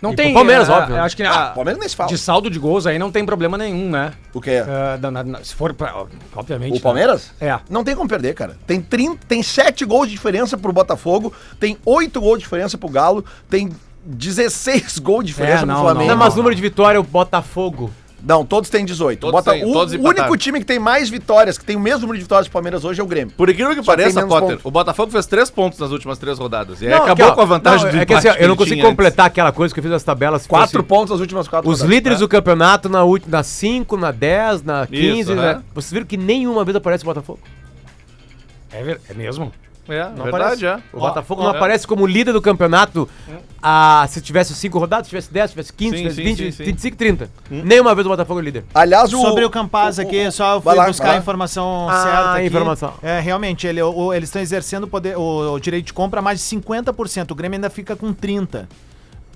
Speaker 5: Não
Speaker 7: E
Speaker 5: tem.
Speaker 7: pro Palmeiras,
Speaker 5: eh,
Speaker 7: óbvio.
Speaker 5: eu acho que
Speaker 3: Ah,
Speaker 5: ah,
Speaker 3: Palmeiras nem se fala.
Speaker 5: de saldo de gols aí não tem problema nenhum, né?
Speaker 3: O quê?
Speaker 5: Ah, da- na- na- se for pra. ó, Obviamente.
Speaker 3: O
Speaker 5: né?
Speaker 3: Palmeiras?
Speaker 5: É.
Speaker 3: Não tem como perder, cara. Tem, 30, tem 7 gols de diferença pro Botafogo, tem 8 gols de diferença pro Galo, tem 16 gols de diferença
Speaker 5: não,
Speaker 3: pro Flamengo.
Speaker 7: Não, mas o número de vitória é o Botafogo.
Speaker 3: Não, todos têm 18.
Speaker 6: Todos
Speaker 3: Bota-
Speaker 6: têm,
Speaker 3: o
Speaker 6: todos
Speaker 3: o
Speaker 6: empataram.
Speaker 3: único time que tem mais vitórias, que tem o mesmo número de vitórias do Palmeiras hoje é o Grêmio.
Speaker 6: Por incrível que
Speaker 3: Só tem
Speaker 6: pareça,
Speaker 3: menos
Speaker 6: Potter,
Speaker 3: ponto.
Speaker 6: o Botafogo fez três pontos nas últimas três rodadas. E aí
Speaker 7: Não,
Speaker 6: É, acabou
Speaker 7: aqui, ó.
Speaker 6: com a vantagem
Speaker 7: Não,
Speaker 6: do
Speaker 7: é que, assim,
Speaker 6: empate
Speaker 7: ó, Eu não
Speaker 6: ele
Speaker 7: consigo
Speaker 6: tinha
Speaker 7: completar aquela coisa que eu fiz nas tabelas.
Speaker 3: Quatro
Speaker 7: pontos.
Speaker 3: pontos nas últimas quatro
Speaker 7: Os
Speaker 3: rodadas.
Speaker 6: Né?
Speaker 7: líderes do campeonato na última, na 5, na 10, na 15,
Speaker 6: Isso,
Speaker 7: né?
Speaker 6: né?
Speaker 7: Vocês viram que nenhuma vez aparece o Botafogo?
Speaker 5: É, ver- é mesmo?
Speaker 6: antes. É,
Speaker 7: Não aparece.
Speaker 6: verdade, é.
Speaker 7: O
Speaker 6: Ó,
Speaker 7: Botafogo
Speaker 6: ó,
Speaker 7: não
Speaker 6: é. Hum.
Speaker 7: aparece como líder do campeonato ah, se tivesse 5 rodadas, se tivesse 10, se tivesse 15, se
Speaker 6: Sim,
Speaker 7: tivesse
Speaker 6: sim,
Speaker 7: 20,
Speaker 6: sim, Hum. sim.
Speaker 7: 25, 30. Nenhuma vez o Botafogo é líder.
Speaker 3: Aliás, o.
Speaker 4: Sobre o Campaz aqui, só eu fui
Speaker 3: vai lá,
Speaker 4: buscar
Speaker 3: vai lá.
Speaker 4: a informação
Speaker 7: Ah,
Speaker 4: certa. aqui.
Speaker 7: informação.
Speaker 4: É, realmente, ele- o- eles estão exercendo o poder- o, o direito de compra mais de 50%. O Grêmio ainda fica com 30%.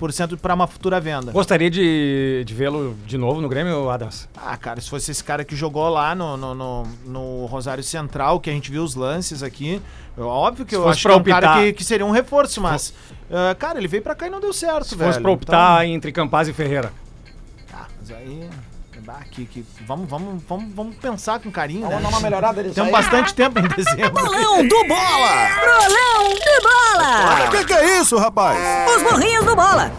Speaker 4: 5% para uma futura venda.
Speaker 5: Gostaria de, de vê-lo de novo no Grêmio, Adams?
Speaker 4: Ah, cara, se fosse esse cara que jogou lá no, no, no, no Rosário Central, que a gente viu os lances aqui, óbvio que
Speaker 5: Se
Speaker 4: eu
Speaker 5: fosse
Speaker 4: acho que
Speaker 5: pra
Speaker 4: é um cara
Speaker 5: optar-
Speaker 4: que, que seria um reforço, mas... ah, cara, ele veio pra cá e não deu certo,
Speaker 5: Se
Speaker 4: velho.
Speaker 5: fosse pra optar entre Campaz e Ferreira.
Speaker 4: Então, ah, mas aí... bah, que, que, vamos, vamos, vamos, vamos pensar com carinho, né?
Speaker 11: dar uma melhorada nisso
Speaker 4: Temos
Speaker 11: aí.
Speaker 4: bastante tempo em dezembro.
Speaker 18: Bolão do Bola! Bolão do Bola!
Speaker 11: O que, que é isso, rapaz?
Speaker 18: Os burrinhos do Bola!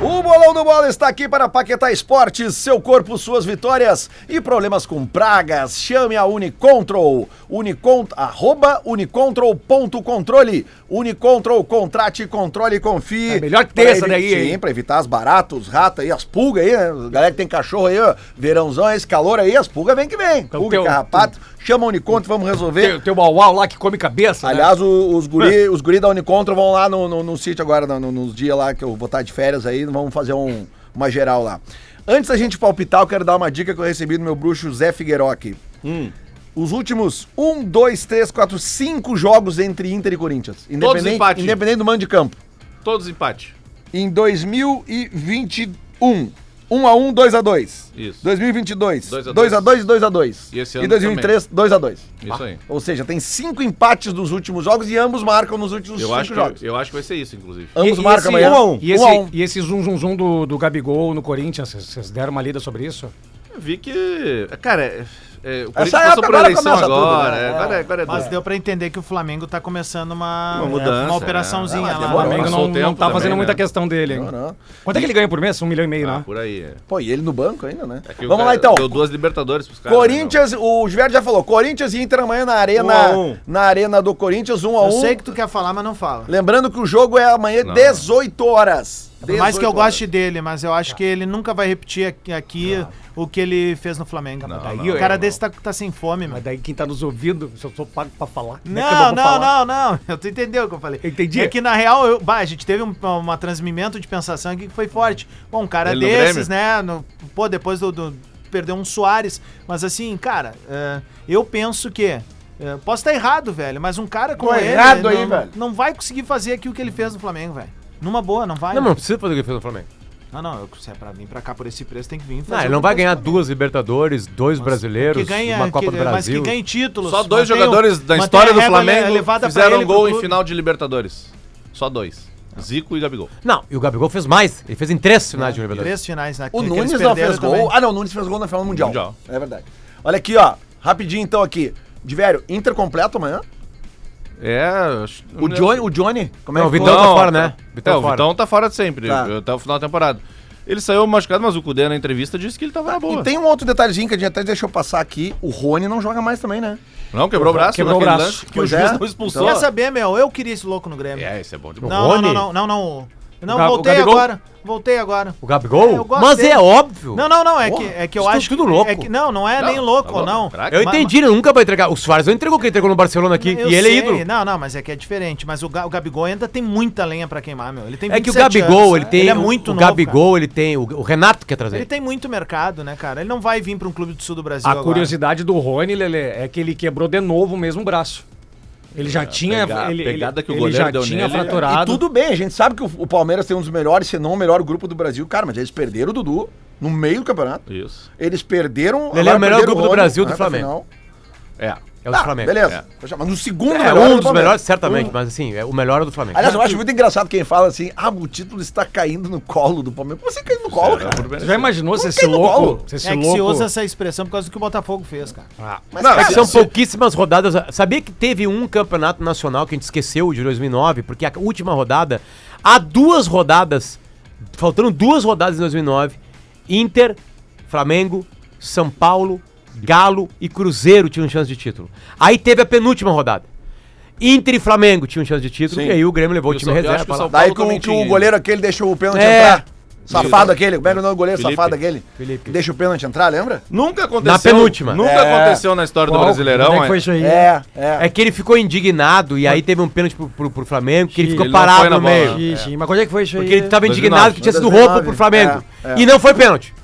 Speaker 3: O Bolão do Bola está aqui para Paquetá Esportes, seu corpo, suas vitórias e problemas com pragas. Chame a Unicontrol, unicont, arroba unicontrol.controle. Unicontrol, contrate, controle e confie. É melhor que
Speaker 5: ter essa daí, hein?
Speaker 3: Sim, para evitar as baratas, os ratos aí, as pulgas aí, né? Galera que tem cachorro aí, ó, verãozão, esse calor aí, as pulgas vem que vem. Pulga e
Speaker 5: teu-
Speaker 3: carrapato, chama a Unicontrol, vamos resolver.
Speaker 5: Tem, tem o Bauau lá que come cabeça. né?
Speaker 3: Aliás, o- os, guri, os guri da Unicontro vão lá no, no, no sítio agora, no- no- nos dias lá que eu vou estar de férias aí, vamos fazer um- uma geral lá. Antes da gente palpitar, eu quero dar uma dica que eu recebi do meu bruxo Zé Figueiroque.
Speaker 6: Hum.
Speaker 3: Os últimos 1, 2, 3, 4, 5 jogos entre Inter e Corinthians. Independente,
Speaker 6: empate.
Speaker 3: independente do mando de campo.
Speaker 6: Todos empate.
Speaker 3: Em 2021. 1 a 1, 2 a 2.
Speaker 6: Isso.
Speaker 3: 2022, 2
Speaker 6: Dois
Speaker 3: a
Speaker 6: a
Speaker 3: 2
Speaker 6: dois.
Speaker 3: e 2 a 2.
Speaker 6: E esse
Speaker 3: E
Speaker 6: ano
Speaker 3: 2003, 2 a 2.
Speaker 6: Isso aí.
Speaker 3: Ou seja, tem cinco empates dos últimos jogos e ambos marcam nos últimos
Speaker 6: Eu
Speaker 3: cinco
Speaker 6: acho,
Speaker 3: jogos.
Speaker 6: que, eu acho que vai ser isso, inclusive.
Speaker 3: Ambos
Speaker 5: e
Speaker 3: marcam
Speaker 5: esse-
Speaker 3: amanhã.
Speaker 5: um a um. E esse,
Speaker 3: Um a um.
Speaker 5: e esse zoom, zoom, zoom do, do Gabigol no Corinthians, vocês- vocês deram uma lida sobre isso?
Speaker 6: Eu vi que. Cara, é, é, o
Speaker 4: Essa
Speaker 6: Corinthians passou
Speaker 4: época
Speaker 6: por
Speaker 4: agora
Speaker 6: eleição
Speaker 4: começa
Speaker 6: agora.
Speaker 4: tudo,
Speaker 6: é,
Speaker 4: né?
Speaker 6: agora, é- agora é
Speaker 4: Mas
Speaker 6: duro.
Speaker 4: deu pra entender que o Flamengo tá começando uma,
Speaker 6: Uma mudança,
Speaker 4: uma
Speaker 6: né?
Speaker 4: operaçãozinha lá.
Speaker 6: Ah, mas
Speaker 4: né?
Speaker 5: O é. Flamengo
Speaker 6: passou
Speaker 5: não,
Speaker 6: o
Speaker 5: não
Speaker 6: tempo
Speaker 5: tá fazendo
Speaker 6: também,
Speaker 5: muita
Speaker 6: né?
Speaker 5: questão dele, hein? Quanto é que ele ganha por mês? Um milhão e meio, né?
Speaker 6: Por aí. é.
Speaker 3: Pô, e ele no banco ainda, né?
Speaker 6: Que o
Speaker 3: Vamos lá
Speaker 6: cara
Speaker 3: então.
Speaker 6: Deu duas Libertadores pros caras. né,
Speaker 3: Corinthians, o Gilberto já falou, Corinthians e Inter amanhã na arena,
Speaker 6: Um a um.
Speaker 3: na arena do Corinthians, 1 a 1.
Speaker 4: Eu sei que tu quer falar, mas não fala.
Speaker 3: Lembrando que o jogo é amanhã
Speaker 4: Não.
Speaker 3: 18 horas.
Speaker 4: É Por mais que eu
Speaker 3: 18 horas.
Speaker 4: goste dele, mas eu
Speaker 5: É.
Speaker 4: acho que ele nunca vai repetir aqui, aqui o que ele fez no Flamengo. mano.
Speaker 5: daí
Speaker 4: o
Speaker 5: eu-
Speaker 4: cara
Speaker 5: não.
Speaker 4: desse tá, tá sem fome, mano.
Speaker 5: Mas daí quem tá nos ouvindo, se eu sou pago pra falar. como é que eu
Speaker 4: Não,
Speaker 5: vou
Speaker 4: não,
Speaker 5: falar?
Speaker 4: não, não. Eu tu entendeu o que eu falei.
Speaker 5: Entendi.
Speaker 4: É que na real, eu, bah, a gente teve um, uma transmimento de pensação aqui que foi forte. Bom, um cara
Speaker 6: Ele no
Speaker 4: desses,
Speaker 6: Grêmio?
Speaker 4: né? no- pô, depois do, do- Perdeu um Soares. Mas assim, cara, é, eu penso que. é, posso estar errado, velho, mas um cara como
Speaker 3: Tô
Speaker 4: ele.
Speaker 3: errado
Speaker 4: não,
Speaker 3: aí, velho.
Speaker 4: Não vai conseguir fazer aqui o que ele fez no Flamengo, velho. Numa boa, não vai.
Speaker 7: Não, mas
Speaker 4: né?
Speaker 7: não precisa fazer o que fez no Flamengo.
Speaker 4: Não, não, eu- se é pra vir pra cá por esse preço, tem que vir.
Speaker 7: Não,
Speaker 4: fazer
Speaker 7: Ah, ele
Speaker 4: o
Speaker 7: não
Speaker 4: que
Speaker 7: vai
Speaker 4: fez.
Speaker 7: ganhar duas Libertadores, dois brasileiros,
Speaker 4: que ganha-
Speaker 7: uma Copa
Speaker 4: que-
Speaker 7: do
Speaker 4: mas
Speaker 7: Brasil.
Speaker 4: que ganhe títulos.
Speaker 6: Só dois
Speaker 4: Mantenha o-
Speaker 6: jogadores da
Speaker 4: mantenha
Speaker 6: história
Speaker 4: a
Speaker 6: do
Speaker 4: régua
Speaker 6: Flamengo
Speaker 4: elevada pra
Speaker 6: fizeram um
Speaker 4: ele, pro
Speaker 6: gol em
Speaker 4: clube.
Speaker 6: final de Libertadores. Só dois. Zico e Gabigol.
Speaker 7: Não, e o Gabigol fez mais. Ele fez em três finais de Libertadores.
Speaker 4: É, Três finais, né?
Speaker 3: O
Speaker 4: Que- que
Speaker 3: Nunes
Speaker 4: eles
Speaker 3: não
Speaker 4: perderam
Speaker 3: fez gol.
Speaker 4: também.
Speaker 3: Ah, não, o Nunes fez gol na final do mundial.
Speaker 6: Mundial.
Speaker 3: É verdade. Olha aqui, ó. Rapidinho então aqui. Divério, Inter completo amanhã?
Speaker 6: É. acho-
Speaker 3: O Johnny, o Johnny? Como é
Speaker 7: Não, o
Speaker 3: ficou?
Speaker 7: Vitão tá fora, né?
Speaker 6: Vitão,
Speaker 7: Vitão
Speaker 6: é, o
Speaker 7: fora.
Speaker 6: Vitão tá fora de sempre,
Speaker 3: Tá.
Speaker 6: eu- até o final da temporada. Ele saiu machucado, mas o Cudê na entrevista disse que ele tava na boa.
Speaker 3: E tem um outro detalhezinho que a gente até deixou passar aqui. O Rony não joga mais também, né?
Speaker 6: Não, quebrou o braço.
Speaker 3: Quebrou o
Speaker 6: naquele
Speaker 3: braço.
Speaker 6: lance Que o
Speaker 3: Pois
Speaker 6: juiz
Speaker 3: é.
Speaker 6: não expulsou.
Speaker 4: Quer saber, meu? Eu queria esse louco no Grêmio.
Speaker 6: É, esse é bom
Speaker 4: Não,
Speaker 6: demais.
Speaker 4: não, não,
Speaker 7: Rony?
Speaker 4: não, não, não. Não,
Speaker 7: O Ga- o
Speaker 4: voltei
Speaker 7: Gabigol?
Speaker 4: agora. Voltei agora.
Speaker 7: O Gabigol?
Speaker 4: eu gosto
Speaker 7: mas
Speaker 4: dele.
Speaker 7: é óbvio.
Speaker 4: Não, não, não. É
Speaker 7: Porra,
Speaker 4: que, é que eu
Speaker 7: isso
Speaker 4: acho.
Speaker 7: tudo louco.
Speaker 4: É que, não, não é nem louco, não.
Speaker 7: Eu
Speaker 4: Ma-
Speaker 7: entendi, ele nunca vai entregar. O Soares não entregou o que ele entregou no Barcelona aqui.
Speaker 4: Eu
Speaker 7: e ele é
Speaker 4: sei,
Speaker 7: ídolo.
Speaker 4: Não, não, mas é que é diferente. Mas o, Ga- o Gabigol ainda tem muita lenha pra queimar, meu. Ele tem
Speaker 7: É que o
Speaker 4: 27
Speaker 7: Gabigol,
Speaker 4: anos.
Speaker 7: ele tem.
Speaker 4: Ele é
Speaker 7: o-
Speaker 4: muito
Speaker 7: O
Speaker 4: novo,
Speaker 7: Gabigol, ele tem. O, o Renato quer trazer.
Speaker 4: Ele tem muito mercado, né, cara? Ele não vai vir pra um clube do sul do Brasil
Speaker 5: A
Speaker 4: agora.
Speaker 5: curiosidade do Rony, Lele, é que ele quebrou de novo o mesmo braço. Ele já tinha.
Speaker 6: É, pega- a
Speaker 5: ele, ele-
Speaker 6: pegada que o
Speaker 5: ele
Speaker 6: goleiro
Speaker 5: já
Speaker 6: deu
Speaker 5: tinha
Speaker 6: nele-
Speaker 5: fraturado.
Speaker 3: E tudo bem, a gente sabe que o, o Palmeiras tem um dos melhores, se não o melhor grupo do Brasil. Cara, mas eles perderam o Dudu no meio do campeonato.
Speaker 6: Isso.
Speaker 3: Eles perderam.
Speaker 7: Ele é
Speaker 3: agora
Speaker 7: o melhor
Speaker 3: perderam
Speaker 7: grupo do
Speaker 3: Rony
Speaker 7: Brasil
Speaker 3: na
Speaker 7: do
Speaker 3: reta
Speaker 7: Flamengo.
Speaker 3: final.
Speaker 6: É.
Speaker 7: É o do
Speaker 3: Ah,
Speaker 7: Flamengo.
Speaker 3: Beleza. Mas no segundo
Speaker 7: É,
Speaker 3: do
Speaker 7: é um dos
Speaker 3: Palmeiras.
Speaker 7: melhores, certamente,
Speaker 3: Um-
Speaker 7: mas assim, é o melhor é do Flamengo.
Speaker 3: Aliás, eu acho muito engraçado quem fala assim: ah, o título está caindo no colo do Palmeiras. Como assim caindo no
Speaker 7: é,
Speaker 3: colo,
Speaker 7: um
Speaker 3: cara?
Speaker 5: Você já é imaginou se
Speaker 3: Como
Speaker 5: esse
Speaker 3: caindo no
Speaker 5: louco.
Speaker 3: colo?
Speaker 5: Se esse
Speaker 4: É que se
Speaker 5: louco-
Speaker 4: usa essa expressão por causa do que o Botafogo fez, cara.
Speaker 3: Mas,
Speaker 7: Não, é
Speaker 3: cara,
Speaker 7: que são
Speaker 3: se-
Speaker 7: pouquíssimas rodadas. Sabia que teve um campeonato nacional que a gente esqueceu de 2009, porque a última rodada, há duas rodadas, faltando duas rodadas em 2009, Inter, Flamengo, São Paulo, Galo e Cruzeiro tinham chance de título. Aí teve a penúltima rodada. Inter e Flamengo tinham chance de título,
Speaker 3: Sim.
Speaker 7: e aí o Grêmio levou
Speaker 6: E
Speaker 7: o
Speaker 6: o
Speaker 7: time
Speaker 6: São- eu
Speaker 7: reserva.
Speaker 6: acho que o
Speaker 7: pra lá.
Speaker 6: São
Speaker 3: Daí
Speaker 6: Paulo
Speaker 3: que, o-
Speaker 6: também
Speaker 3: que o
Speaker 6: tinha
Speaker 3: goleiro aquele deixa o pênalti
Speaker 7: É.
Speaker 3: entrar. Safado aquele, como é que é o nome do goleiro
Speaker 6: Felipe.
Speaker 3: safado aquele? Que deixa o pênalti entrar, lembra?
Speaker 6: Nunca aconteceu.
Speaker 7: Na penúltima.
Speaker 6: Nunca
Speaker 3: É.
Speaker 6: aconteceu na história do
Speaker 17: Qual?
Speaker 6: Brasileirão.
Speaker 17: Onde é que
Speaker 6: é.
Speaker 17: foi isso aí?
Speaker 3: É, é.
Speaker 7: É que ele ficou indignado e aí teve um pênalti pro, pro- pro Flamengo, que ele ficou
Speaker 6: ele não
Speaker 7: parado
Speaker 6: foi na
Speaker 7: no
Speaker 6: bola,
Speaker 7: meio.
Speaker 6: né?
Speaker 17: Sim, sim. Mas quando é que foi isso aí?
Speaker 7: Porque ele tá- tava
Speaker 6: 2009,
Speaker 7: indignado que tinha sido
Speaker 3: 2009,
Speaker 7: roubo pro Flamengo.
Speaker 3: é, é.
Speaker 7: E não foi pênalti.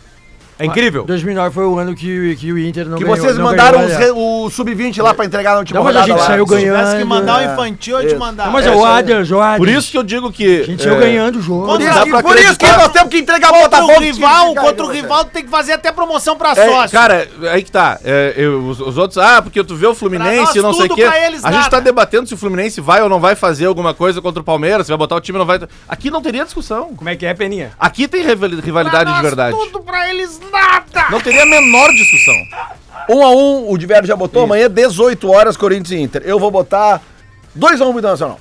Speaker 7: É incrível.
Speaker 19: 2009 foi o ano que, que o Inter não
Speaker 3: Que
Speaker 19: ganhou.
Speaker 3: vocês
Speaker 19: não
Speaker 3: mandaram
Speaker 19: ganhou,
Speaker 3: os
Speaker 19: é.
Speaker 3: re- o sub-20 lá pra entregar na última
Speaker 19: Não, mas a
Speaker 3: rodada
Speaker 19: gente
Speaker 3: lá.
Speaker 19: saiu
Speaker 3: Se tivesse
Speaker 19: ganhando.
Speaker 3: que
Speaker 4: mandar o
Speaker 3: É.
Speaker 4: infantil, eu te mandava.
Speaker 19: Não, mas é o Aders, o Aders.
Speaker 6: Por isso que eu digo que. é,
Speaker 19: A gente saiu ganhando o jogo.
Speaker 3: Por
Speaker 4: Dá
Speaker 3: isso, que-
Speaker 4: pra
Speaker 3: por isso que
Speaker 4: acreditar.
Speaker 3: nós temos que entregar o
Speaker 4: Contra
Speaker 3: Botafogo.
Speaker 4: o rival, contra o rival, tem que fazer até promoção pra
Speaker 6: É,
Speaker 4: sócio.
Speaker 6: cara, aí que tá. É, eu- os, os outros, ah, porque tu vê
Speaker 4: Pra
Speaker 6: o
Speaker 4: nós,
Speaker 6: Fluminense, não sei o
Speaker 4: tudo
Speaker 6: quê.
Speaker 4: pra eles,
Speaker 6: a gente
Speaker 4: nada.
Speaker 6: tá debatendo se o Fluminense vai ou não vai fazer alguma coisa contra o Palmeiras, se vai botar o time ou não vai. Aqui não teria discussão.
Speaker 5: Como é que é, Peninha?
Speaker 6: Aqui tem rivali-
Speaker 4: Pra
Speaker 6: rivalidade
Speaker 4: nós,
Speaker 6: de verdade.
Speaker 4: Tudo ah. pra eles nada.
Speaker 6: Não teria a menor discussão.
Speaker 3: Um a um, o Diverio já botou. Amanhã, 18 horas, Corinthians e Inter. Eu vou botar 2 a 1 pro Internacional.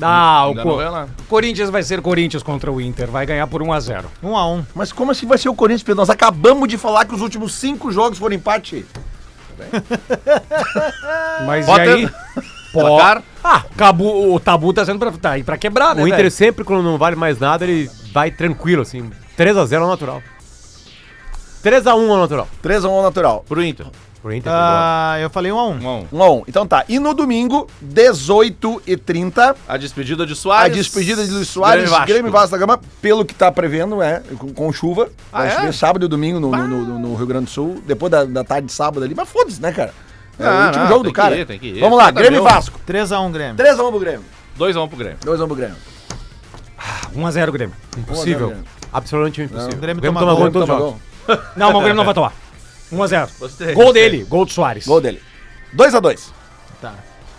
Speaker 5: Ah, o
Speaker 6: Ainda
Speaker 5: Co-
Speaker 6: não ganhou nada.
Speaker 5: Corinthians vai ser Corinthians contra o Inter. Vai ganhar por 1x0.
Speaker 4: 1x1.
Speaker 3: Mas como assim vai ser o Corinthians, Pedro? Nós acabamos de falar que os últimos cinco jogos foram empate.
Speaker 5: Mas
Speaker 6: Bota-
Speaker 5: e aí? Pô,
Speaker 6: Placar?
Speaker 5: Ah, cabu, o tabu tá sendo pra, tá aí pra quebrar, né?
Speaker 7: O Inter
Speaker 5: velho?
Speaker 7: sempre, quando não vale mais nada, ele vai tranquilo, assim. 3x0 é o natural. 3x1 é o natural.
Speaker 3: 3 a 1 natural.
Speaker 6: Pro Inter.
Speaker 7: Pro Inter.
Speaker 4: Ah, eu falei 1x1.
Speaker 6: 1x1.
Speaker 3: 1 a 1. Então tá. E no domingo, 18 e 30
Speaker 6: A despedida de
Speaker 3: a
Speaker 6: Soares.
Speaker 3: despedida de Luiz Soares,
Speaker 6: Grêmio e Vasco.
Speaker 3: Grêmio e Vasco da Gama, pelo que tá prevendo, é, com, com chuva.
Speaker 6: Ah,
Speaker 3: vai
Speaker 6: é?
Speaker 3: chover sábado e domingo no, no- no- no Rio Grande do Sul, depois da, da tarde de sábado ali. Mas foda-se, né, cara? É
Speaker 6: Ah,
Speaker 3: o último
Speaker 6: não,
Speaker 3: jogo
Speaker 6: tem
Speaker 3: do cara.
Speaker 6: que ir, tem que ir.
Speaker 3: Vamos lá,
Speaker 6: Tá
Speaker 3: Grêmio e
Speaker 6: bem.
Speaker 3: Vasco.
Speaker 4: 3x1 Grêmio.
Speaker 3: 3x1 pro Grêmio.
Speaker 6: 2x1 pro Grêmio.
Speaker 3: 2x1 pro Grêmio.
Speaker 5: 1x0 Grêmio.
Speaker 7: Impossível.
Speaker 3: Boa, né,
Speaker 7: Absolutamente impossível.
Speaker 4: O
Speaker 7: O
Speaker 4: Grêmio
Speaker 7: Grêmio,
Speaker 4: toma
Speaker 7: toma
Speaker 4: gol,
Speaker 7: gol em todos os
Speaker 3: Toma gol.
Speaker 7: jogos.
Speaker 5: Não, mas o Grêmio não vai tomar. 1x0.
Speaker 6: Gostei,
Speaker 5: Gol
Speaker 6: gostei.
Speaker 5: dele, gol do Soares.
Speaker 3: Gol dele. 2x2.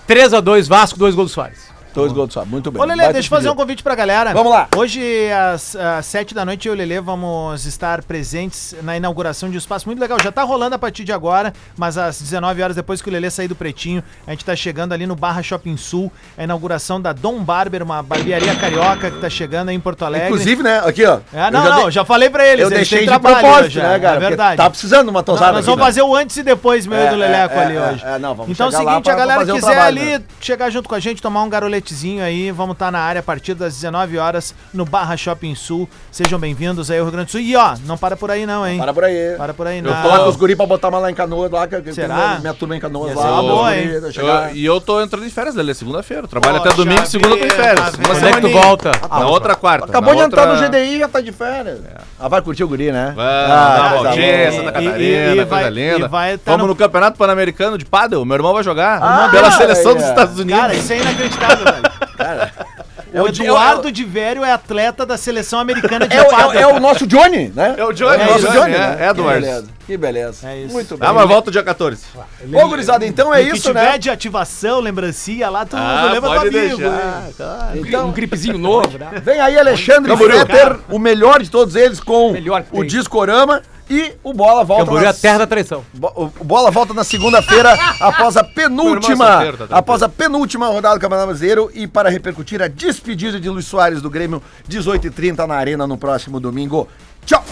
Speaker 7: 3x2 Vasco, 2 gols do Soares.
Speaker 3: Dois gols do Soares. Muito bem.
Speaker 4: Ô, Lelê,
Speaker 3: Baita
Speaker 4: deixa eu fazer um
Speaker 3: despedida.
Speaker 4: convite pra galera.
Speaker 3: Vamos lá.
Speaker 4: Hoje, às, às 7 da noite, eu e o Lelê vamos estar presentes na inauguração de um espaço muito legal. Já tá rolando a partir de agora, mas às 19 horas depois que o Lelê sair do Pretinho, a gente tá chegando ali no Barra Shopping Sul, a inauguração da Dom Barber, uma barbearia carioca que tá chegando aí em Porto Alegre.
Speaker 3: Inclusive, né, aqui, ó.
Speaker 4: É, não,
Speaker 3: eu já
Speaker 4: não,
Speaker 3: dei-
Speaker 4: já falei pra eles.
Speaker 3: Eu
Speaker 4: eles
Speaker 3: deixei
Speaker 4: têm
Speaker 3: de
Speaker 4: trabalho
Speaker 3: propósito,
Speaker 4: hoje,
Speaker 3: né, cara?
Speaker 4: É
Speaker 3: Porque
Speaker 4: verdade.
Speaker 3: Tá precisando de uma tosada
Speaker 4: Não, nós
Speaker 3: aqui,
Speaker 4: vamos
Speaker 3: né?
Speaker 4: fazer o antes e depois meu e
Speaker 3: É,
Speaker 4: do Leleco
Speaker 3: é,
Speaker 4: ali
Speaker 3: é,
Speaker 4: hoje.
Speaker 3: é, não, vamos
Speaker 4: então é o
Speaker 3: chegar lá
Speaker 4: seguinte,
Speaker 3: pra-
Speaker 4: a
Speaker 3: pra
Speaker 4: galera
Speaker 3: fazer
Speaker 4: que
Speaker 3: o
Speaker 4: quiser
Speaker 3: trabalho,
Speaker 4: ali
Speaker 3: né?
Speaker 4: chegar junto com a gente, tomar um garoletezinho aí, vamos estar na área a partir das 19 horas no Barra Shopping Sul. Sejam bem-vindos aí ao Rio Grande do Sul. E ó, não para por aí não, hein?
Speaker 3: Para por aí.
Speaker 4: Para por aí
Speaker 3: Eu
Speaker 4: não.
Speaker 3: falar com os guri pra botar uma lá em Canoas lá, que que
Speaker 4: Será?
Speaker 3: tem minha- minha turma em Canoas
Speaker 4: Ia
Speaker 3: lá.
Speaker 4: ser uma
Speaker 3: meus
Speaker 4: boa,
Speaker 3: guri,
Speaker 4: hein?
Speaker 3: vai chegar-
Speaker 6: Eu, e eu tô entrando em férias, Lelê, segunda-feira. Eu Trabalho
Speaker 4: Poxa
Speaker 6: até domingo, segunda eu tô em
Speaker 4: vida,
Speaker 6: férias.
Speaker 4: velho.
Speaker 6: Uma
Speaker 7: Quando é que tu
Speaker 6: semaninha.
Speaker 7: volta?
Speaker 6: Na outra quarta.
Speaker 3: Acabou
Speaker 6: na
Speaker 3: de entrar
Speaker 6: outra-
Speaker 3: no GDI, já tá de férias. Ah, vai curtir o guri, né?
Speaker 6: Vamos,
Speaker 3: Ah,
Speaker 6: dá uma
Speaker 3: coisa
Speaker 6: voltinha,
Speaker 3: boa.
Speaker 6: Santa
Speaker 4: tá E- e-
Speaker 6: Catarina, tá
Speaker 4: e
Speaker 6: coisa
Speaker 4: vai-
Speaker 6: linda.
Speaker 4: e vai tá
Speaker 6: Vamos
Speaker 4: no-
Speaker 6: no... Campeonato Pan-Americano de Paddle. Meu irmão vai jogar
Speaker 3: Ah,
Speaker 6: pela
Speaker 3: olha
Speaker 6: seleção
Speaker 3: aí,
Speaker 6: dos
Speaker 3: é.
Speaker 6: Estados Unidos.
Speaker 4: Cara, isso é inacreditável, velho. o
Speaker 3: Di-
Speaker 4: Eduardo de Vério é atleta da seleção americana de
Speaker 3: É, o-
Speaker 4: pádel.
Speaker 3: é, o- é o nosso Johnny, né?
Speaker 6: É o Johnny,
Speaker 3: o nosso
Speaker 6: é o
Speaker 3: Johnny,
Speaker 6: Johnny,
Speaker 3: né?
Speaker 6: é, Edwards.
Speaker 3: Que beleza. Que beleza.
Speaker 4: É isso.
Speaker 3: Muito bem.
Speaker 6: Ah, mas volta dia 14.
Speaker 4: Ah,
Speaker 3: Ô, gurizada, então é
Speaker 4: O que
Speaker 3: isso,
Speaker 4: tiver
Speaker 3: né?
Speaker 4: de ativação, lembrancinha lá, tu
Speaker 6: Ah,
Speaker 4: lembra do
Speaker 6: pode
Speaker 4: amigo.
Speaker 6: deixar. Tá.
Speaker 4: né? Claro.
Speaker 3: Então,
Speaker 5: Um gripezinho novo, né?
Speaker 3: Vem aí Alexandre
Speaker 6: Camboriú.
Speaker 3: Fetter, o melhor de todos eles, com
Speaker 5: Melhor que
Speaker 3: o
Speaker 5: tem.
Speaker 3: Discorama e o Bola Volta.
Speaker 7: Camboriú é a
Speaker 3: nas-
Speaker 7: terra da traição.
Speaker 3: Bo- O Bola volta na segunda-feira após a penúltima,
Speaker 6: Meu irmão é solteiro, tá tranquilo.
Speaker 3: após a penúltima rodada do Campeonato Brasileiro e para repercutir a despedida de Luiz Soares do Grêmio, 18h30 na Arena no próximo domingo. Tchau!